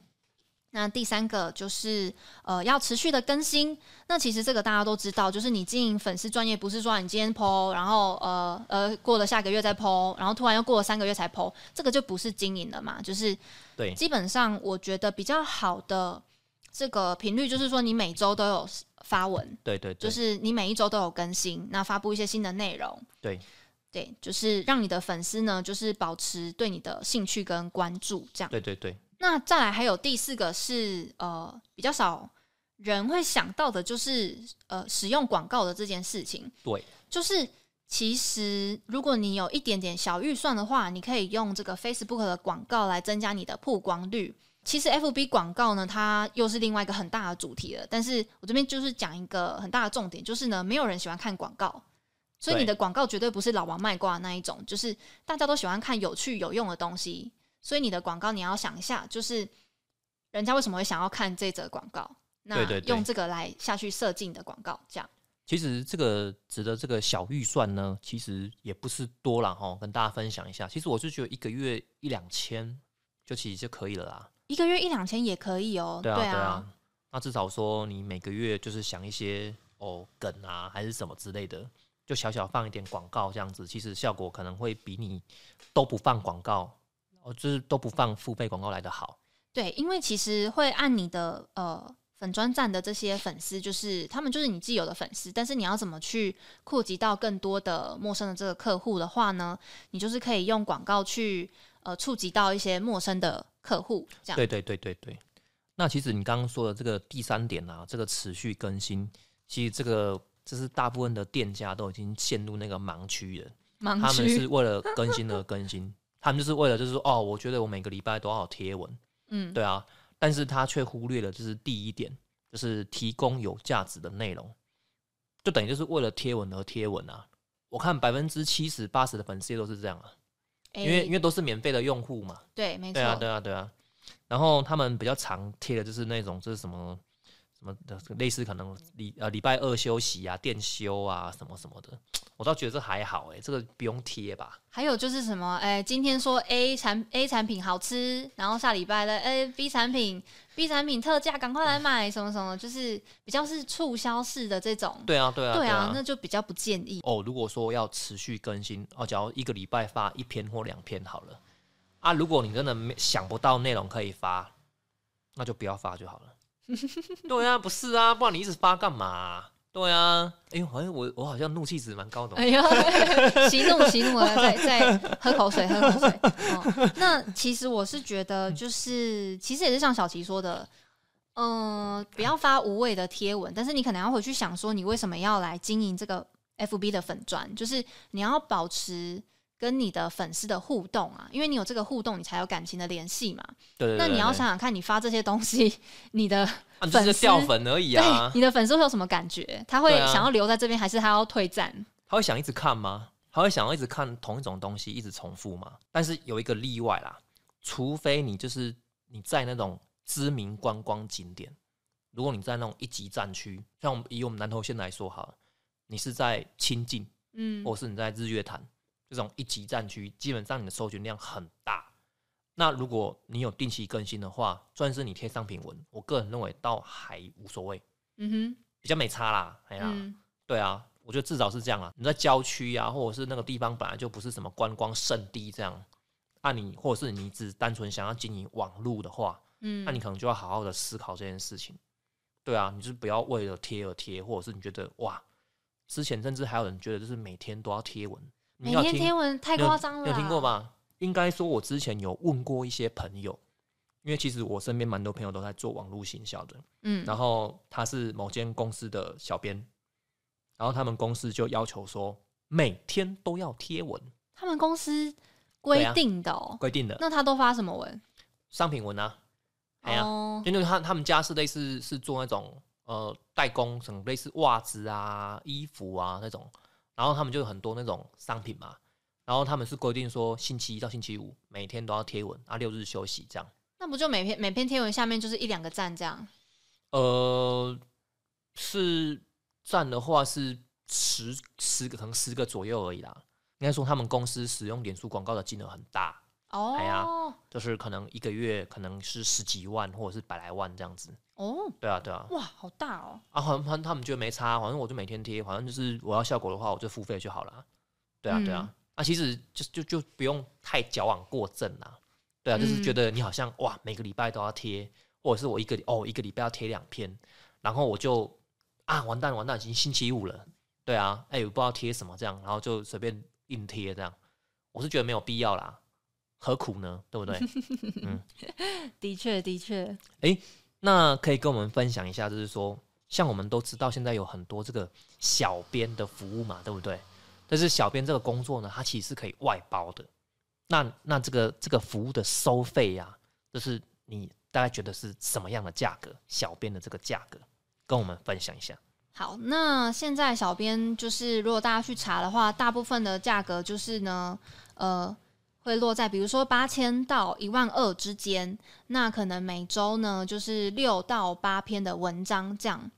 Speaker 2: 那第三个就是呃要持续的更新。那其实这个大家都知道，就是你经营粉丝专业，不是说啊你今天 PO，然后呃呃过了下个月再 PO，然后突然又过了三个月才 PO，这个就不是经营了嘛。就是
Speaker 1: 对
Speaker 2: 基本上我觉得比较好的这个频率，就是说你每周都有发文，
Speaker 1: 对对对，
Speaker 2: 就是你每一周都有更新，那发布一些新的内容。
Speaker 1: 对
Speaker 2: 对，就是让你的粉丝呢，就是保持对你的兴趣跟关注这样。
Speaker 1: 对对对，
Speaker 2: 那再来还有第四个是呃比较少人会想到的，就是呃使用广告的这件事情。
Speaker 1: 对，
Speaker 2: 就是其实如果你有一点点小预算的话，你可以用这个 Facebook 的广告来增加你的曝光率。其实 FB 广告呢，它又是另外一个很大的主题了。但是我这边就是讲一个很大的重点，就是呢，没有人喜欢看广告，所以
Speaker 1: 对
Speaker 2: 你的广告绝对不是老王卖瓜的那一种，就是大家都喜欢看有趣有用的东西，所以你的广告你要想一下，就是人家为什么会想要看这则广告，那
Speaker 1: 对对对
Speaker 2: 用这个来下去设计你的广告，这样
Speaker 1: 其实这个值得这个小预算呢，其实也不是多了哈，跟大家分享一下。其实我是觉得一个月一两千就其实就可以了啦。
Speaker 2: 一个月一两千也可以哦、
Speaker 1: 对啊，对啊。那至少说你每个月就是想一些哦梗啊，还是什么之类的，就小小放一点广告这样子，其实效果可能会比你都不放广告，哦，就是都不放付费广告来的好。
Speaker 2: 对，因为其实会按你的呃粉专站的这些粉丝，就是他们就是你既有的粉丝，但是你要怎么去扩及到更多的陌生的这个客户的话呢？你就是可以用广告去呃触及到一些陌生的客户，这样
Speaker 1: 对对对对对。那其实你刚刚说的这个第三点啊，这个持续更新，其实这个这是大部分的店家都已经陷入那个盲区了，
Speaker 2: 盲
Speaker 1: 他们
Speaker 2: 区
Speaker 1: 是为了更新而更新， [LAUGHS] 他们就是为了就是说哦，我觉得我每个礼拜都要有贴文，
Speaker 2: 嗯
Speaker 1: 对啊，但是他却忽略了就是第一点，就是提供有价值的内容，就等于就是为了贴文而贴文啊。我看百分之七十八十的粉丝都是这样啊，因为
Speaker 2: 诶
Speaker 1: 因为都是免费的用户嘛，
Speaker 2: 对，没错，
Speaker 1: 对啊，对啊，对啊。然后他们比较常贴的就是那种就是什么什么的，类似可能礼呃礼拜二休息啊、店休啊什么什么的，我倒觉得这还好哎、这个不用贴吧。
Speaker 2: 还有就是什么，哎、今天说 A 产 A 产品好吃，然后下礼拜呢，哎、b 产品 B 产品特价，赶快来买，什么什么，就是比较是促销式的这种。
Speaker 1: 对啊，对啊，
Speaker 2: 对
Speaker 1: 啊
Speaker 2: 啊，。那就比较不建议。
Speaker 1: 哦，如果说要持续更新，哦，假如一个礼拜发一篇或两篇好了啊，如果你真的没想不到内容可以发，那就不要发就好
Speaker 2: [LAUGHS]
Speaker 1: 了。对啊，不是啊，不然你一直发干嘛啊、对啊，哎呦，好像我我好像怒气值蛮高的哦。
Speaker 2: 哎呦， [LAUGHS] 息怒息
Speaker 1: [LAUGHS]
Speaker 2: 怒了，再再喝口水，喝口水。哦，那其实我是觉
Speaker 1: 嗯
Speaker 2: 得，就是其实也是像小琪说的，嗯、不要发无谓的贴文，但是你可能要回去想说，你为什么要来经营这个 FB 的粉砖？就是你要保持跟你的粉丝的互动啊，因为你有这个互动，你才有感情的联系嘛。
Speaker 1: 对对对
Speaker 2: 那你要
Speaker 1: 对
Speaker 2: 想想看，你发这些东西， [LAUGHS] 你的
Speaker 1: 啊，你就是
Speaker 2: 粉丝
Speaker 1: 掉粉而已啊
Speaker 2: 对。你的粉丝会有什么感觉？他会
Speaker 1: 对啊
Speaker 2: 想要留在这边，还是他要退战？
Speaker 1: 他会想一直看吗？他会想要一直看同一种东西，一直重复吗？但是有一个例外啦，除非你就是你在那种知名观光景点，如果你在那种一级战区，像我们以我们南投县来说好了，你是在清境，
Speaker 2: 嗯，
Speaker 1: 或是你在日月潭这种一级战区，基本上你的搜寻量很大。那如果你有定期更新的话，就算是你贴商品文，我个人认为倒还无所谓，
Speaker 2: 嗯
Speaker 1: 比较没差啦，哎
Speaker 2: 哼，
Speaker 1: 呀、
Speaker 2: 嗯。
Speaker 1: 对啊，我觉得至少是这样啊。你在郊区啊，或者是那个地方本来就不是什么观光圣地这样，啊你，或者是你只单纯想要经营网络的话，
Speaker 2: 嗯，
Speaker 1: 那、你可能就要好好的思考这件事情。对啊，你就是不要为了贴而贴，或者是你觉得哇，之前甚至还有人觉得就是每天都要贴文，
Speaker 2: 每
Speaker 1: 你有
Speaker 2: 天
Speaker 1: 听
Speaker 2: 贴文太
Speaker 1: 你有
Speaker 2: 夸张了，啊
Speaker 1: 你有听过？吧？应该说，我之前有问过一些朋友，因为其实我身边蛮多朋友都在做网络行销的，
Speaker 2: 嗯，
Speaker 1: 然后他是某间公司的小编，然后他们公司就要求说每天都要贴文，
Speaker 2: 他们公司规
Speaker 1: 啊
Speaker 2: 定的哦、
Speaker 1: 规定的
Speaker 2: 那他都发什么文？
Speaker 1: 商品文啊，哎呀、
Speaker 2: 哦，
Speaker 1: 因为他他们家是类似是做那种呃代工，什么类似袜子啊、衣服啊那种，然后他们就有很多那种商品嘛，然后他们是规定说星期一到星期五每天都要贴文，啊六日休息这样，
Speaker 2: 那不就每篇每篇贴文下面就是一两个赞这样？
Speaker 1: 呃，是占的话是十十个，可能十个左右而已啦。应该说他们公司使用脸书广告的金额很大，
Speaker 2: 哦，
Speaker 1: 哎呀就是可能一个月可能是十几万或者是百来万这样子。
Speaker 2: 哦，
Speaker 1: 对啊，对啊，
Speaker 2: 哇，好大哦！
Speaker 1: 啊，好像好像他们觉得没差，反正我就每天贴，反正就是我要效果的话，我就付费就好了。对啊，对啊，啊，其实就就就不用太矫枉过正啦。对啊，就是觉
Speaker 2: 嗯
Speaker 1: 得你好像哇，每个礼拜都要贴，或者是我一个礼哦一个礼拜要贴两篇，然后我就啊完蛋完蛋，已经星期五了。对啊，哎、我不知道贴什么这样，然后就随便硬贴这样，我是觉得没有必要啦，何苦呢？对不对？
Speaker 2: 的确，的确，
Speaker 1: 那可以跟我们分享一下，就是说，像我们都知道现在有很多这个小编的服务嘛，对不对？但是小编这个工作呢，它其实是可以外包的。那那这个这个服务的收费呀、就是你大概觉得是什么样的价格？小编的这个价格，跟我们分享一下。
Speaker 2: 好，那现在小编就是，如果大家去查的话，大部分的价格就是呢，呃，会落在比如说八千到一万二之间。那可能每周呢就是六到八篇的文章这样。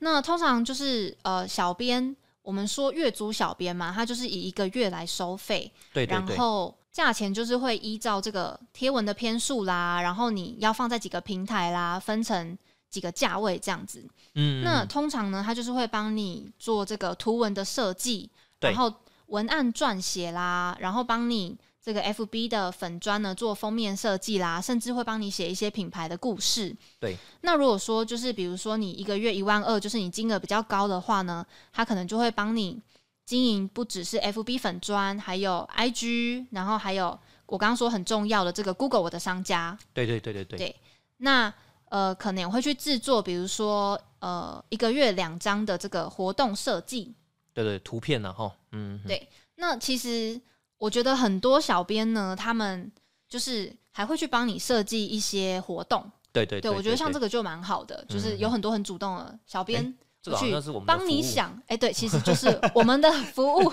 Speaker 2: 那通常就是呃，小编我们说月租小编嘛，他就是以一个月来收费，
Speaker 1: 对对对
Speaker 2: 然，后价钱就是会依照这个贴文的篇数啦，然后你要放在几个平台啦，分成几个价位这样子。
Speaker 1: 嗯
Speaker 2: 那通常呢，他就是会帮你做这个图文的设计，
Speaker 1: 对
Speaker 2: 然后文案撰写啦，然后帮你这个 FB 的粉砖呢做封面设计啦，甚至会帮你写一些品牌的故事。
Speaker 1: 对，
Speaker 2: 那如果说就是比如说你一个月一万二，就是你金额比较高的话呢，他可能就会帮你经营不只是 FB 粉砖，还有 IG，然后还有我刚刚说很重要的这个 Google 我的商家。
Speaker 1: 对对对对对，
Speaker 2: 对那呃，可能会去制作，比如说呃，一个月两张的这个活动设计。
Speaker 1: 对对图片呢、啊，哈，嗯，
Speaker 2: 对那其实我觉得很多小编呢，他们就是还会去帮你设计一些活动。
Speaker 1: 对对嗯
Speaker 2: 对我觉得像这
Speaker 1: 个，
Speaker 2: 个就蛮好的，就是有很多很主动的小编
Speaker 1: 这个好
Speaker 2: 去
Speaker 1: 像是我们的
Speaker 2: 帮你
Speaker 1: 服务
Speaker 2: 想。哎、对，其实就是我们的服务。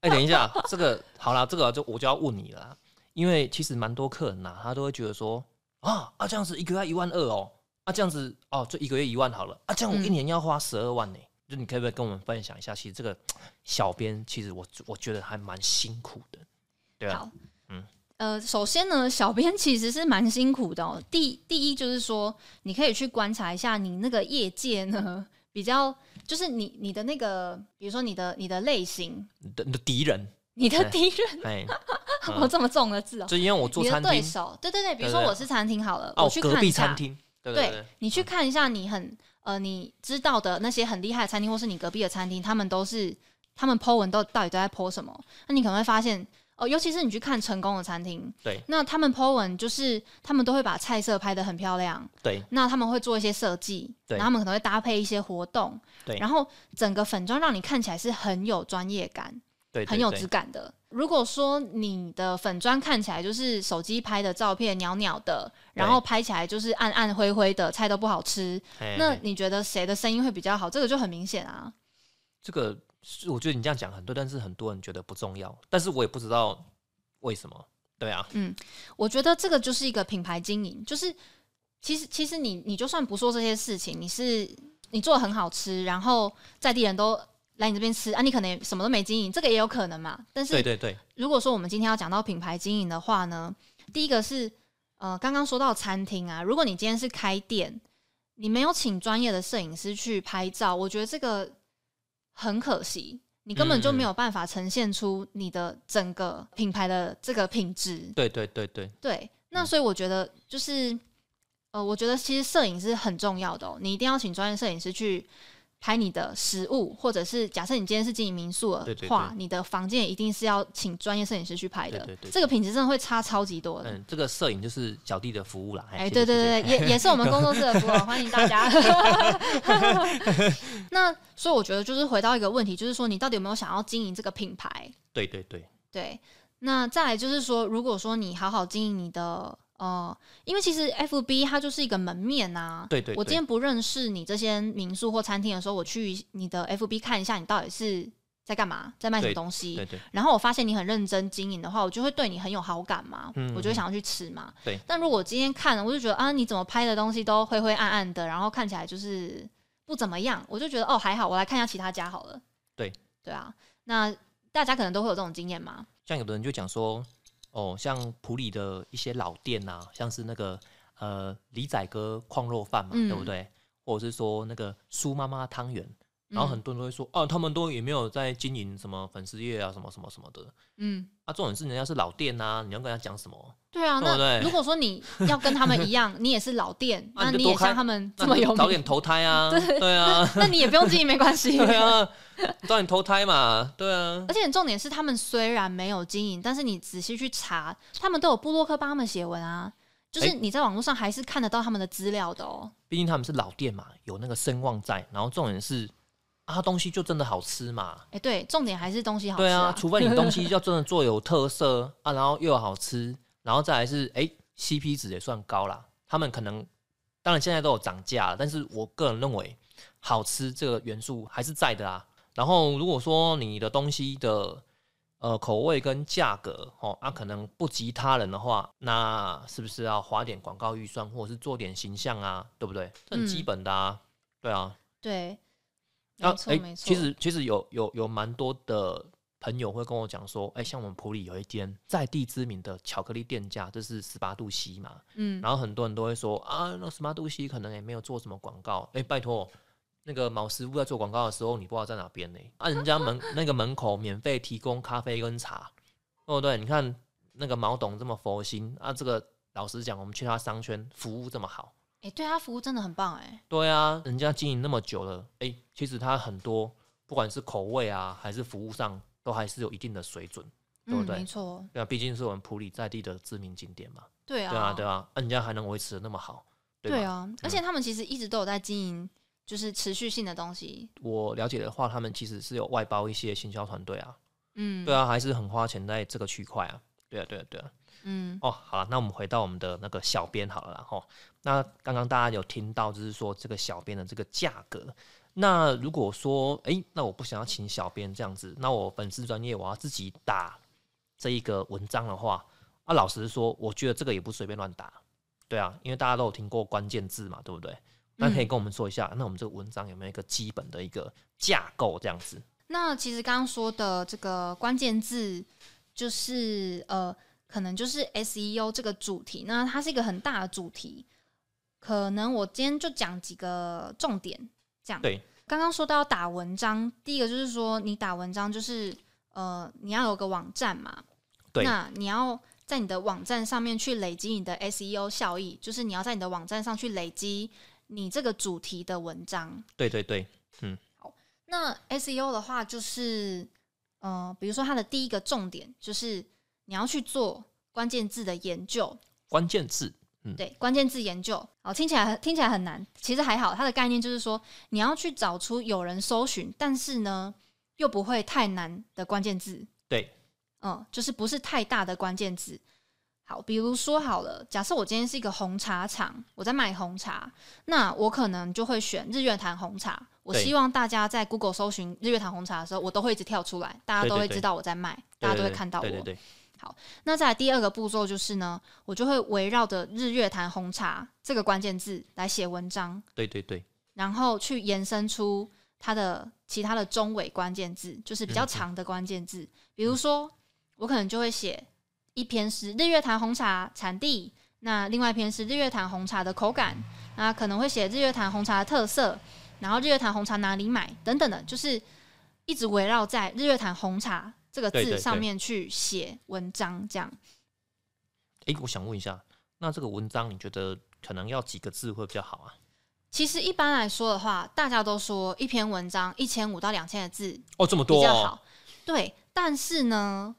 Speaker 1: 哎、等一下，这个好啦，这个就我就要问你了啦，因为其实蛮多客人呐、他都会觉得说啊啊这样子一个月一万二哦，啊这样子哦，就一个月一万好了，啊这样我一
Speaker 2: 嗯
Speaker 1: 年要花十二万呢、就你可不可以跟我们分享一下？其实这个小编，其实我我觉得还蛮辛苦的，对啊，
Speaker 2: 好，
Speaker 1: 嗯
Speaker 2: 呃，首先呢，小编其实是蛮辛苦的、哦。 [LAUGHS] 第第一就是说，你可以去观察一下你那个业界呢， [LAUGHS] 比较就是你你的那个，比如说你的你的类型，
Speaker 1: 你的你的敌人，
Speaker 2: 你的
Speaker 1: 对
Speaker 2: 敌 [LAUGHS] 人，
Speaker 1: 哎，
Speaker 2: 我
Speaker 1: 嗯
Speaker 2: 这么重的字哦，
Speaker 1: 就因为我做
Speaker 2: 你的
Speaker 1: 餐
Speaker 2: 对
Speaker 1: 厅，
Speaker 2: 手，对对对，比如
Speaker 1: 对
Speaker 2: 说
Speaker 1: 对
Speaker 2: 我是餐厅好了，
Speaker 1: 哦
Speaker 2: 我去，
Speaker 1: 隔
Speaker 2: 看
Speaker 1: 壁
Speaker 2: 一下
Speaker 1: 餐，厅，对
Speaker 2: 对
Speaker 1: 对对，嗯
Speaker 2: 你去看一下你很呃你知道的那些很厉害的餐厅，或是你隔壁的餐厅，他们都是他们 Po 文都到底都在 Po 什么？那你可能会发现。哦，尤其是你去看成功的餐厅，
Speaker 1: 对
Speaker 2: 那他们 Po 文就是他们都会把菜色拍得很漂亮，
Speaker 1: 对
Speaker 2: 那他们会做一些设计，
Speaker 1: 对
Speaker 2: 然后他们可能会搭配一些活动，
Speaker 1: 对
Speaker 2: 然后整个粉妆让你看起来是很有专业感，
Speaker 1: 对，
Speaker 2: 很
Speaker 1: 对
Speaker 2: 有
Speaker 1: 对
Speaker 2: 质感的。如果说你的粉砖看起来就是手机拍的照片袅袅的，然
Speaker 1: 对
Speaker 2: 后拍起来就是暗暗灰灰的，菜都不好吃，
Speaker 1: 嘿
Speaker 2: 那
Speaker 1: 嘿
Speaker 2: 你觉得谁的声音会比较好？这个就很明显啊。
Speaker 1: 这个是我觉得你这样讲很对，但是很多人觉得不重要，但是我也不知道为什么。对啊，
Speaker 2: 我觉得这个就是一个品牌经营，就是其实其实你你就算不做这些事情，你是你做的很好吃，然后在地人都来你这边吃啊，你可能也什么都没经营，这个也有可能嘛。但
Speaker 1: 对
Speaker 2: 是
Speaker 1: 对对，
Speaker 2: 如果说我们今天要讲到品牌经营的话呢，第一个是呃刚刚说到餐厅啊，如果你今天是开店，你没有请专业的摄影师去拍照，我觉得这个很可惜。你根本就
Speaker 1: 嗯嗯
Speaker 2: 没有办法呈现出你的整个品牌的这个品质，
Speaker 1: 对对对对，
Speaker 2: 对，那
Speaker 1: 嗯
Speaker 2: 所以我觉得就是，呃，我觉得其实摄影是很重要的、哦，你一定要请专业摄影师去拍你的食物，或者是假设你今天是经营民宿的话，
Speaker 1: 对对对
Speaker 2: 你的房间也一定是要请专业摄影师去拍的，
Speaker 1: 对对对
Speaker 2: 这个品质真的会差超级多的。
Speaker 1: 嗯，这个摄影就是小弟的服务啦。
Speaker 2: 哎、
Speaker 1: 嘿
Speaker 2: 对对，对
Speaker 1: 谢谢
Speaker 2: 对，也也是我们工作室的服务，哦
Speaker 1: [LAUGHS]
Speaker 2: 欢迎大家。 [LAUGHS] 那所以我觉得就是回到一个问题，就是说你到底有没有想要经营这个品牌？
Speaker 1: 对对对，
Speaker 2: 对，那再来就是说，如果说你好好经营你的呃，因为其实 FB 它就是一个门面呐、
Speaker 1: 对对
Speaker 2: 我
Speaker 1: 对
Speaker 2: 今天不认识你这些民宿或餐厅的时候，我去你的 FB 看一下，你到底是在干嘛，在卖什么
Speaker 1: 对
Speaker 2: 东西，
Speaker 1: 对对
Speaker 2: 然后我发现你很认真经营的话，我就会对你很有好感嘛，我就会想要去吃嘛。
Speaker 1: 嗯对。
Speaker 2: 但如果我今天看了，我就觉得啊，你怎么拍的东西都灰灰暗暗的，然后看起来就是不怎么样，我就觉得哦还好，我来看一下其他家好了。
Speaker 1: 对。
Speaker 2: 对啊，那大家可能都会有这种经验嘛。
Speaker 1: 像有的人就讲说，哦，像普里的一些老店啊，像是那个呃李仔哥矿肉饭嘛，
Speaker 2: 嗯
Speaker 1: 对不对？或者是说那个苏妈妈汤圆，然
Speaker 2: 嗯
Speaker 1: 后很多人都会说，哦、他们都也没有在经营什么粉丝业啊，什么什么什么的。
Speaker 2: 嗯。嗯
Speaker 1: 啊，重点是人家是老店呐、你要跟他讲什么？
Speaker 2: 对啊，
Speaker 1: 对不
Speaker 2: 那
Speaker 1: 对 [LAUGHS]
Speaker 2: 如果说你要跟他们一样，你也是老店，
Speaker 1: 啊
Speaker 2: 那
Speaker 1: 你就
Speaker 2: 你
Speaker 1: 多
Speaker 2: 也像
Speaker 1: 开
Speaker 2: 他们这
Speaker 1: 那
Speaker 2: 么
Speaker 1: 你
Speaker 2: 有
Speaker 1: 早
Speaker 2: 名，
Speaker 1: 点投胎
Speaker 2: [LAUGHS]
Speaker 1: 啊，对啊，
Speaker 2: 那你也不用经营没关
Speaker 1: [LAUGHS]
Speaker 2: 系。
Speaker 1: 对啊，早点投胎嘛，对啊
Speaker 2: 而，且重点是，他们虽然没有经营，但是你仔细去查，他们都有部落客帮他们写文啊，就是
Speaker 1: 哎
Speaker 2: 你在网络上还是看得到他们的资料的哦。
Speaker 1: 毕竟他们是老店嘛，有那个声望在，然后重点是啊，东西就真的好吃嘛，
Speaker 2: 哎、对，重点还是东西好吃
Speaker 1: 对啊，
Speaker 2: 啊。
Speaker 1: 除非你东西要真的做有特色啊，然后又好吃，然后再来是哎、c p 值也算高啦。他们可能当然现在都有涨价了，但是我个人认为好吃这个元素还是在的啊。然后如果说你的东西的呃口味跟价格哦，啊可能不及他人的话，那是不是要花点广告预算，或者是做点形象啊，对不对？这很基
Speaker 2: 嗯
Speaker 1: 本的啊，对啊。
Speaker 2: 对，没
Speaker 1: 啊，
Speaker 2: 错、
Speaker 1: 哎，
Speaker 2: 没错。
Speaker 1: 其实其实有有有蛮多的朋友会跟我讲说，哎、像我们普里有一间在地知名的巧克力店家，这是十八度 C 嘛，
Speaker 2: 嗯，
Speaker 1: 然后很多人都会说啊，那十八度 C 可能也没有做什么广告，哎、拜托。那个毛师傅在做广告的时候，你不知道在哪边呢、啊，人家
Speaker 2: [LAUGHS]
Speaker 1: 门那个门口免费提供咖啡跟茶，对不对？你看那个毛董这么佛心啊，这个老实讲，我们去他商圈服务这么好，
Speaker 2: 哎、对他服务真的很棒哎、
Speaker 1: 对啊，人家经营那么久了，哎、其实它很多，不管是口味啊，还是服务上，都还是有一定的水准。对不
Speaker 2: 嗯，
Speaker 1: 对
Speaker 2: 没错，
Speaker 1: 对啊，毕竟是我们普里在地的知名景点嘛。
Speaker 2: 对啊，
Speaker 1: 对啊，对啊，啊人家还能维持的那么好，对吧？嗯
Speaker 2: 对啊，而且他们其实一直都有在经营，就是持续性的东西。
Speaker 1: 我了解的话，他们其实是有外包一些行销团队啊，
Speaker 2: 嗯，
Speaker 1: 对啊，还是很花钱在这个区块啊。对啊，对啊，对啊。
Speaker 2: 嗯，
Speaker 1: 哦，好啦那我们回到我们的那个小编好了啦，然后那刚刚大家有听到，就是说这个小编的这个价格。那如果说，诶，那我不想要请小编这样子，那我粉丝专业我要自己打这一个文章的话，啊，老实说，我觉得这个也不随便乱打，对啊，因为大家都有听过关键字嘛，对不对？那可以跟我们说一下，那我们这个文章有没有一个基本的一个架构这样子？
Speaker 2: 那其实刚刚说的这个关键字就是呃，可能就是 SEO 这个主题，那它是一个很大的主题。可能我今天就讲几个重点，这样。
Speaker 1: 对。
Speaker 2: 刚刚说到打文章，第一个就是说你打文章就是呃，你要有个网站嘛，
Speaker 1: 对
Speaker 2: 那你要在你的网站上面去累积你的 SEO 效益，就是你要在你的网站上去累积你这个主题的文章。
Speaker 1: 对对对，
Speaker 2: 那 SEO 的话，就是呃，比如说它的第一个重点就是你要去做关键字的研究，
Speaker 1: 关键字，
Speaker 2: 对，关键字研究。哦，听起来很听起来很难，其实还好。它的概念就是说，你要去找出有人搜寻，但是呢又不会太难的关键字。
Speaker 1: 对，
Speaker 2: 嗯，就是不是太大的关键字。好，比如说好了，假设我今天是一个红茶厂，我在卖红茶，那我可能就会选日月潭红茶。我
Speaker 1: 对
Speaker 2: 希望大家在 Google 搜寻日月潭红茶的时候，我都会一直跳出来，大家
Speaker 1: 对
Speaker 2: 都
Speaker 1: 对
Speaker 2: 会
Speaker 1: 对
Speaker 2: 知道我在卖，大家都
Speaker 1: 对
Speaker 2: 会
Speaker 1: 对
Speaker 2: 看到我。
Speaker 1: 对对对，
Speaker 2: 那再来第二个步骤就是呢，我就会围绕着日月潭红茶这个关键字来写文章，
Speaker 1: 对对对，
Speaker 2: 然后去延伸出它的其他的中尾关键字，就是比较长的关键字。比
Speaker 1: 嗯
Speaker 2: 如说，我可能就会写一篇是日月潭红茶产地，那另外一篇是日月潭红茶的口感，那可能会写日月潭红茶的特色，然后日月潭红茶哪里买等等的，就是一直围绕在日月潭红茶这个
Speaker 1: 对对
Speaker 2: 字
Speaker 1: 对
Speaker 2: 上面去写文章，这样。
Speaker 1: 诶，我想问一下，那这个文章你觉得可能要几个字会比较好啊？
Speaker 2: 其实一般来说的话，大家都说一篇文章一千五到两千的字
Speaker 1: 哦，这么
Speaker 2: 比
Speaker 1: 多、
Speaker 2: 较
Speaker 1: 哦，
Speaker 2: 好，对。但是呢，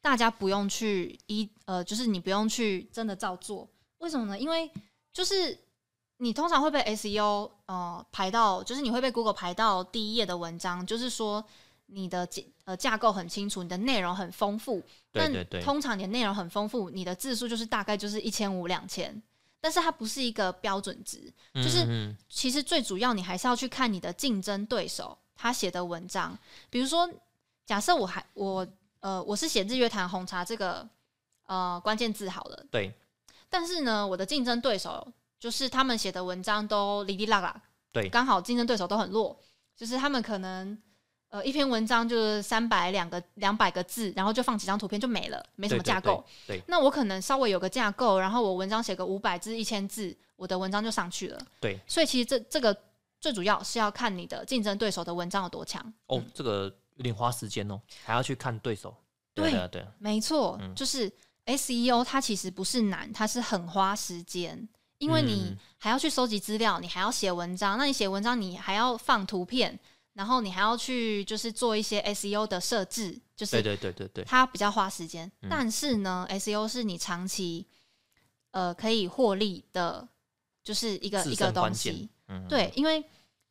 Speaker 2: 大家不用去一呃，就是你不用去真的照做，为什么呢？因为就是你通常会被 SEO 呃排到，就是你会被 Google 排到第一页的文章，就是说你的架呃架构很清楚，你的内容很丰富，
Speaker 1: 对
Speaker 2: 但
Speaker 1: 对对，
Speaker 2: 通常你的内容很丰富，你的字数就是大概就是一千五两千，但是它不是一个标准值，就是
Speaker 1: 嗯嗯
Speaker 2: 其实最主要你还是要去看你的竞争对手他写的文章，比如说假设我还我呃我是写日月潭红茶这个呃关键字好了，
Speaker 1: 对
Speaker 2: 但是呢，我的竞争对手就是他们写的文章都哩哩啦啦，
Speaker 1: 对
Speaker 2: 刚好竞争对手都很弱，就是他们可能呃一篇文章就是三百两个两百个字，然后就放几张图片就没了，没什么
Speaker 1: 对对
Speaker 2: 架构。
Speaker 1: 对对
Speaker 2: 那我可能稍微有个架构，然后我文章写个五百字一千字，我的文章就上去了。
Speaker 1: 对
Speaker 2: 所以其实这这个最主要是要看你的竞争对手的文章有多强。
Speaker 1: 哦，这个有点花时间哦，还要去看对手。
Speaker 2: 对
Speaker 1: 对啊对啊，
Speaker 2: 没错，
Speaker 1: 嗯
Speaker 2: 就是 SEO 它其实不是难，它是很花时间，因为你
Speaker 1: 嗯
Speaker 2: 还要去收集资料，你还要写文章，那你写文章你还要放图片，然后你还要去就是做一些 SEO 的设置，
Speaker 1: 对
Speaker 2: 就是
Speaker 1: 对对对对，
Speaker 2: 它比较花时间。
Speaker 1: 嗯
Speaker 2: 但是呢，SEO 是你长期呃可以获利的，就是一个
Speaker 1: 自
Speaker 2: 一个
Speaker 1: 身关
Speaker 2: 东
Speaker 1: 键
Speaker 2: 西。
Speaker 1: 嗯，
Speaker 2: 对，因为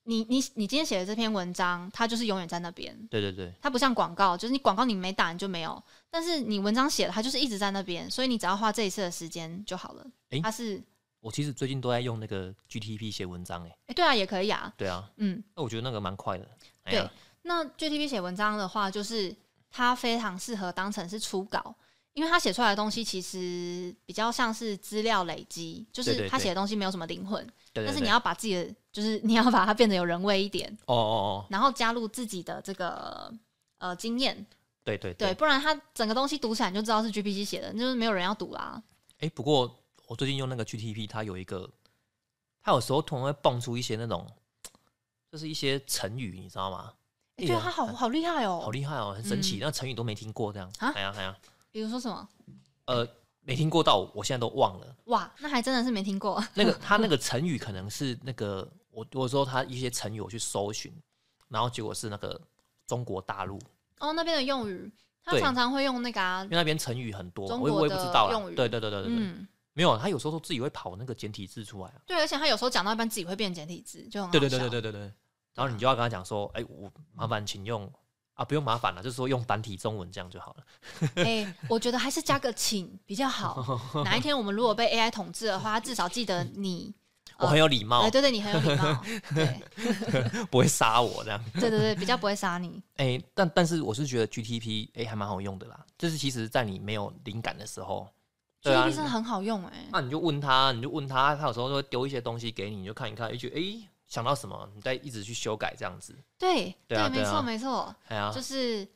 Speaker 2: 你你你今天写的这篇文章，它就是永远在那边。
Speaker 1: 对对对，
Speaker 2: 它不像广告，就是你广告你没打你就没有，但是你文章写了，它就是一直在那边，所以你只要花这一次的时间就好了。
Speaker 1: 诶
Speaker 2: 它是
Speaker 1: 我其实最近都在用那个 GTP 写文章，哎，
Speaker 2: 诶，对啊，也可以啊，
Speaker 1: 对啊，
Speaker 2: 嗯，
Speaker 1: 那我觉得那个蛮快的。哎
Speaker 2: 对
Speaker 1: 呀，
Speaker 2: 那 GTP 写文章的话，就是它非常适合当成是初稿，因为它写出来的东西其实比较像是资料累积，就
Speaker 1: 对
Speaker 2: 是
Speaker 1: 对
Speaker 2: 它
Speaker 1: 对
Speaker 2: 写的东西没有什么灵魂，
Speaker 1: 对对
Speaker 2: 但是
Speaker 1: 对
Speaker 2: 你要把自己的，就是你要把它变得有人味一点，
Speaker 1: 哦哦哦，
Speaker 2: 然后加入自己的这个呃经验，
Speaker 1: 对对
Speaker 2: 对，。不然它整个东西读起来你就知道是 GPT 写的，就是没有人要读啦。
Speaker 1: 哎，不过我最近用那个 GTP，它有一个，它有时候突然会蹦出一些那种，就是一些成语，你知道吗？
Speaker 2: 欸、
Speaker 1: 艺
Speaker 2: 对
Speaker 1: 人
Speaker 2: 他好
Speaker 1: 很
Speaker 2: 好厉害哦、
Speaker 1: 啊哎好厉害哦，很神奇
Speaker 2: 嗯，
Speaker 1: 那成语都没听过这样。
Speaker 2: 啊
Speaker 1: 哎呀哎呀，
Speaker 2: 比如说什么？
Speaker 1: 呃，没听过到我现在都忘了。
Speaker 2: 哇，那还真的是没听过。 [LAUGHS]
Speaker 1: 那个他那个成语可能是那个我我说他一些成语我去搜寻，然后结果是那个中国大陆，
Speaker 2: 哦，那边的用语，他
Speaker 1: 对
Speaker 2: 常常会用那个啊
Speaker 1: 因，为那边成语很多，
Speaker 2: 中
Speaker 1: 我也
Speaker 2: 国
Speaker 1: 我也不知道
Speaker 2: 的
Speaker 1: 啦。
Speaker 2: 用语
Speaker 1: 对对对对对对，
Speaker 2: 嗯，
Speaker 1: 没有，啊他有时候自己会跑那个简体字出来啊。
Speaker 2: 对，而且他有时候讲到一半自己会变简体字，就很好
Speaker 1: 对对对对
Speaker 2: 笑
Speaker 1: 对对对。然后你就要跟他讲说，哎、我麻烦请用啊，不用麻烦了，就是说用繁体中文这样就好了。 [LAUGHS]
Speaker 2: 哎、我觉得还是加个请比
Speaker 1: [LAUGHS]
Speaker 2: 较好。哪一天我们如果被 AI 统治的话，他至少记得你。
Speaker 1: 我很有礼貌，
Speaker 2: 哎，对对，你很有礼
Speaker 1: [LAUGHS]
Speaker 2: 貌，对
Speaker 1: 不会杀我这样。
Speaker 2: 对对对，比较不会杀你。
Speaker 1: 哎、但但是我是觉得 GTP 哎、还蛮好用的啦，就是其实在你没有灵感的时候，[LAUGHS]
Speaker 2: 这
Speaker 1: 对啊
Speaker 2: 个，真的很好用哎、
Speaker 1: 那你就问他，你就问他，他有时候就会丢一些东西给你，你就看一看，就觉得哎、想到什么，你再一直去修改这样子。
Speaker 2: 对
Speaker 1: 对啊
Speaker 2: 没
Speaker 1: 对啊
Speaker 2: 错没错，
Speaker 1: 哎呀、
Speaker 2: 就是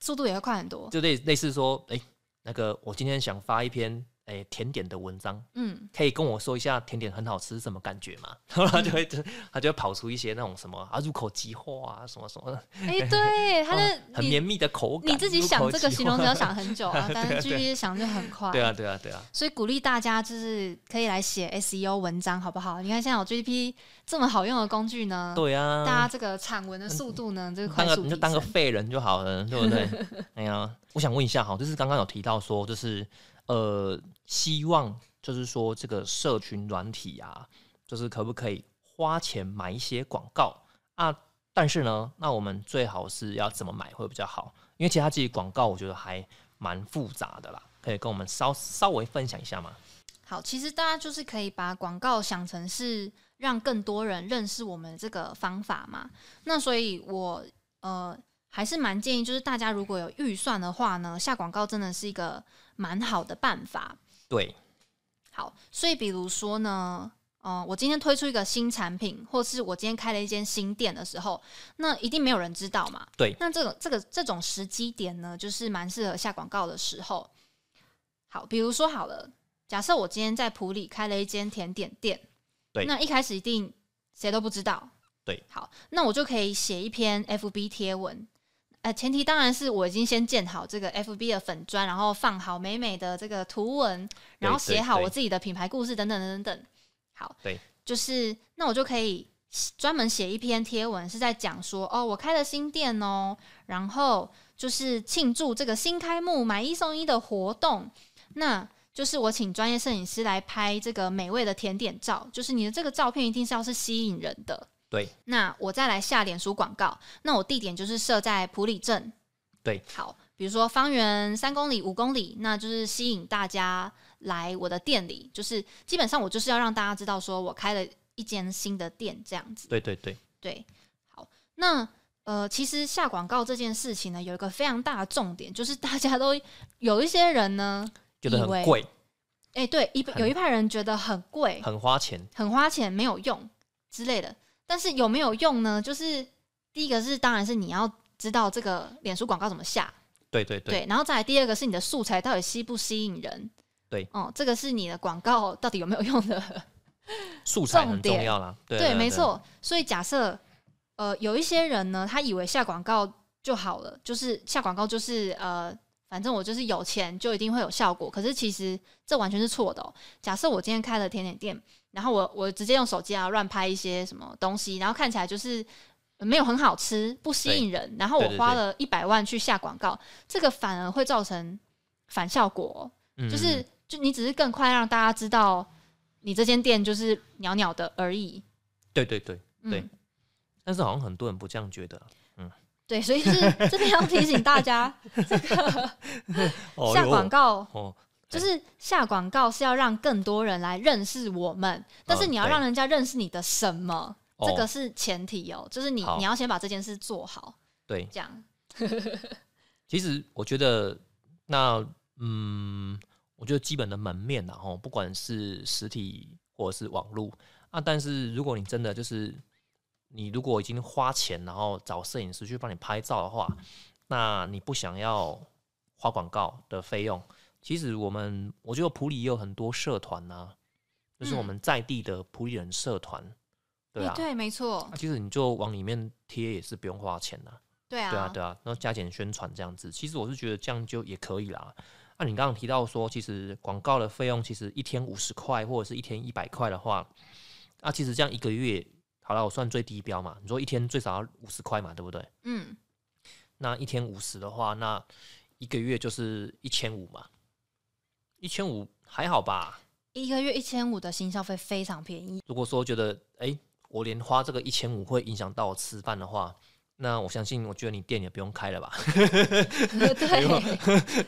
Speaker 2: 速度也会快很多。
Speaker 1: 就类类似说，哎、那个我今天想发一篇哎、甜点的文章，
Speaker 2: 嗯，
Speaker 1: 可以跟我说一下甜点很好吃是什么感觉吗？ [LAUGHS] 然后他就会就他就会跑出一些那种什么啊入口即化啊什么什么的， [LAUGHS]
Speaker 2: 哎、对，他的、
Speaker 1: 哦很绵密的口感。
Speaker 2: 你自己想这个形容词
Speaker 1: 词
Speaker 2: 要想很久啊，但是 GPT 想就很
Speaker 1: [LAUGHS]
Speaker 2: 快。
Speaker 1: 对啊，对啊对啊，
Speaker 2: 所以鼓励大家就是可以来写 SEO 文章，好不好？你看现在有 GPT 这么好用的工具呢，
Speaker 1: 对啊，嗯
Speaker 2: 大家这个产文的速度呢，这个快
Speaker 1: 当个
Speaker 2: 速
Speaker 1: 你
Speaker 2: 提
Speaker 1: 就
Speaker 2: 升
Speaker 1: 当个废人就好了，对不
Speaker 2: [LAUGHS]
Speaker 1: 对？哎呀，我想问一下哈，就是刚刚有提到说，就是呃，希望就是说这个社群软体啊，就是可不可以花钱买一些广告啊？但是呢，那我们最好是要怎么买会比较好？因为其实它这些广告我觉得还蛮复杂的啦，可以跟我们稍稍微分享一下吗？
Speaker 2: 好。其实大家就是可以把广告想成是让更多人认识我们这个方法嘛。那所以我呃还是蛮建议，就是大家如果有预算的话呢，下广告真的是一个蛮好的办法。
Speaker 1: 对，
Speaker 2: 好，所以比如说呢，呃，我今天推出一个新产品，或是我今天开了一间新店的时候，那一定没有人知道嘛。
Speaker 1: 对
Speaker 2: 那这种这个这种时机点呢，就是蛮适合下广告的时候。好，比如说好了，假设我今天在普里开了一间甜点店，
Speaker 1: 对
Speaker 2: 那一开始一定谁都不知道。
Speaker 1: 对，
Speaker 2: 好，那我就可以写一篇 FB 贴文。呃，前提当然是我已经先建好这个 FB 的粉砖，然后放好美美的这个图文，然后
Speaker 1: 对对
Speaker 2: 写好
Speaker 1: 对
Speaker 2: 我自己的品牌故事等等等等等。好，
Speaker 1: 对，
Speaker 2: 就是那我就可以写专门写一篇贴文，是在讲说哦，我开了新店哦，然后就是庆祝这个新开幕买一送一的活动。那就是我请专业摄影师来拍这个美味的甜点照，就是你的这个照片一定是要是吸引人的。
Speaker 1: 对，
Speaker 2: 那我再来下脸书广告，那我地点就是设在普里镇。
Speaker 1: 对，
Speaker 2: 好，比如说方圆三公里、五公里，那就是吸引大家来我的店里，就是基本上我就是要让大家知道说我开了一间新的店这样子。
Speaker 1: 对对对，
Speaker 2: 对，好，那呃，其实下广告这件事情呢，有一个非常大的重点，就是大家都有一些人呢，
Speaker 1: 觉得
Speaker 2: 以为
Speaker 1: 很贵，
Speaker 2: 哎、对，一
Speaker 1: 很
Speaker 2: 有一派人觉得很贵，
Speaker 1: 很花钱，
Speaker 2: 很花钱没有用之类的。但是有没有用呢？就是第一个是，当然是你要知道这个脸书广告怎么下，
Speaker 1: 对对对，
Speaker 2: 对，然后再来第二个是你的素材到底吸不吸引人，
Speaker 1: 对，
Speaker 2: 哦，这个是你的广告到底有没有用的，
Speaker 1: 素材
Speaker 2: 重
Speaker 1: 很
Speaker 2: 点
Speaker 1: 重要啦，对
Speaker 2: 对，没，错。所以假设呃有一些人呢，他以为下广告就好了，就是下广告就是呃，反正我就是有钱就一定会有效果。可是其实这完全是错的、哦。假设我今天开了甜点店，然后我我直接用手机啊乱拍一些什么东西，然后看起来就是。呃没有很好吃，不吸引人。然后我
Speaker 1: 对对
Speaker 2: 花
Speaker 1: 对
Speaker 2: 了一百万去下广告，这个反而会造成反效果哦、
Speaker 1: 嗯
Speaker 2: 就是就你只是更快让大家知道你这间店就是袅袅的而已。
Speaker 1: 对对对，
Speaker 2: 嗯、
Speaker 1: 对但是好像很多人不这样觉得啦。啊
Speaker 2: 对，所
Speaker 1: [LAUGHS]
Speaker 2: 以就是这边要提醒大家，
Speaker 1: 哦
Speaker 2: 下
Speaker 1: 哟
Speaker 2: 广告
Speaker 1: 哦，
Speaker 2: 就是下广告是要让更多人来认识我们，但是
Speaker 1: 嗯
Speaker 2: 你要
Speaker 1: 对
Speaker 2: 让人家认识你的什么，
Speaker 1: 哦
Speaker 2: 这个是前提哦，就是你
Speaker 1: 好
Speaker 2: 你要先把这件事做好，
Speaker 1: 对，
Speaker 2: 这样。
Speaker 1: 其实我觉得，那嗯，我觉得基本的门面然后不管是实体或者是网络啊，但是如果你真的就是你如果已经花钱，然后找摄影师去帮你拍照的话，那你不想要花广告的费用，其实我们我觉得普里也有很多社团呐、就是我
Speaker 2: 嗯
Speaker 1: 们在地的普里人社团，对
Speaker 2: 诶
Speaker 1: 啊，
Speaker 2: 对，没错
Speaker 1: 啊，其实你就往里面贴也是不用花钱的、
Speaker 2: 对啊，
Speaker 1: 对啊，对啊，然后加减宣传这样子，其实我是觉得这样就也可以啦。那、你刚刚提到说，其实广告的费用其实一天五十块或者是一天一百块的话，啊，其实这样一个月，好了，我算最低标嘛，你说一天最少要五十块嘛，对不对？
Speaker 2: 嗯，
Speaker 1: 那一天五十的话，那一个月就是一千五嘛，一千五还好吧？
Speaker 2: 一个月一千五的新消费非常便 [LAUGHS]
Speaker 1: [LAUGHS]
Speaker 2: 宜，
Speaker 1: 如果说觉得，哎、我连花这个一千五会影响到我吃饭的话，那我相信，我觉得你店也不用开了吧？
Speaker 2: 对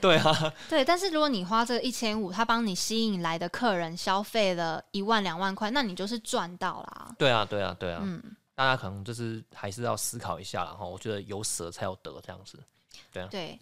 Speaker 1: 对啊，
Speaker 2: 对。但是如果你花这一千五，他帮你吸引来的客人消费了一万两万块，那你就是赚到啦。
Speaker 1: 对啊，对啊，对啊。
Speaker 2: 嗯，
Speaker 1: 大家可能就是还是要思考一下啦，然后我觉得有舍才有得这样子。
Speaker 2: 对，